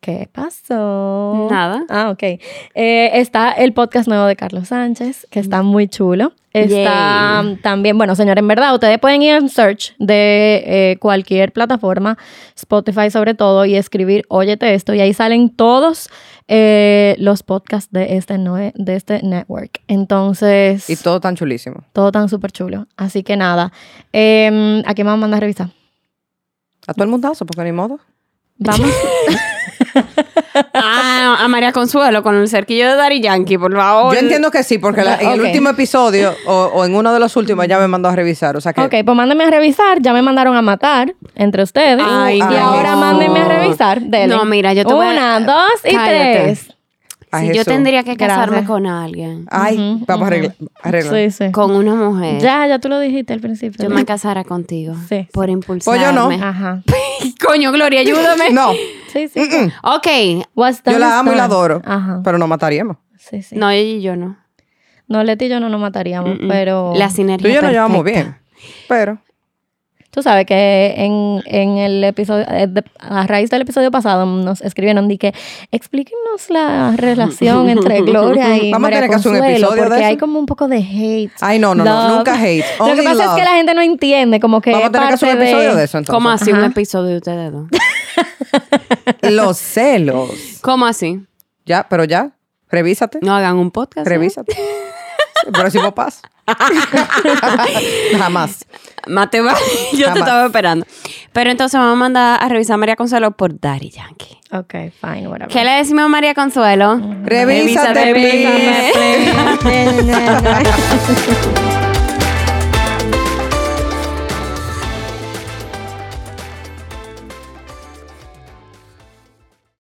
¿Qué pasó?
Nada.
Ah, ok. Eh, está el podcast nuevo de Carlos Sánchez, que está muy chulo. Está
Yay.
mm, también, bueno, señores, en verdad, ustedes pueden ir en search de eh, cualquier plataforma, Spotify sobre todo, y escribir Óyete esto, y ahí salen todos eh, los podcasts de este, nue- de este network. Entonces,
Y todo tan chulísimo.
todo tan súper chulo. Así que nada, eh, ¿a quién vamos a mandar a revisar?
A todo el mundazo, porque ni modo.
Vamos.
Ah, a María Consuelo con el cerquillo de Dari Yankee, por favor.
Yo entiendo que sí, porque la- en el
Ok.
último episodio o, o en uno de los últimos ya me mandó a revisar. O sea que.
Ok, pues mándenme a revisar. Ya me mandaron a matar entre ustedes.
Ay,
y
no.
ahora mándenme a revisar. Dele.
No, mira, yo te voy a-
Una, dos y
Cállate.
tres.
a
Si yo
Jesús.
tendría que casarme
Gracias.
con alguien,
Ay, vamos a arreglar. arreglar.
Sí, sí.
con una mujer,
Ya, ya tú lo dijiste al principio.
yo me casara contigo
Sí.
por impulsarme.
no.
Ajá.
Coño, Gloria, ayúdame.
No,
Sí, sí.
Ok.
What's done
yo
is
la amo y la
done.
adoro.
Ajá.
Pero no mataríamos.
Sí, sí. No,
No, ella y yo no.
Leti y yo no nos mataríamos,
Mm-mm.
pero.
La sinergia
Tú y yo nos llevamos
perfecta.
bien. Pero.
Tú sabes que en, en el episodio, eh, de- a raíz del episodio pasado nos escribieron di que explíquenos la relación entre Gloria y
Vamos a
María
tener que hacer un
Consuelo,
episodio de
porque hay
eso.
como un poco de hate.
Ay, no, no, no.
Love.
Nunca hate.
Lo que
Only
pasa es
love.
que la gente no entiende, como que
Vamos a
es
tener que hacer un
parte
episodio de eso entonces.
¿Cómo así un
Ajá.
episodio de ustedes dos?
Los celos.
¿Cómo así?
Ya, pero ya. Revísate.
No hagan un podcast. ¿eh?
Revísate. El próximo paso. Jamás.
Mate, va. yo
Jamás.
te estaba esperando. Pero entonces vamos a mandar a revisar a María Consuelo por Daddy Yankee.
Ok, fine, whatever.
¿Qué le decimos a María Consuelo?
Revísate, please.
please.
Revísame, please.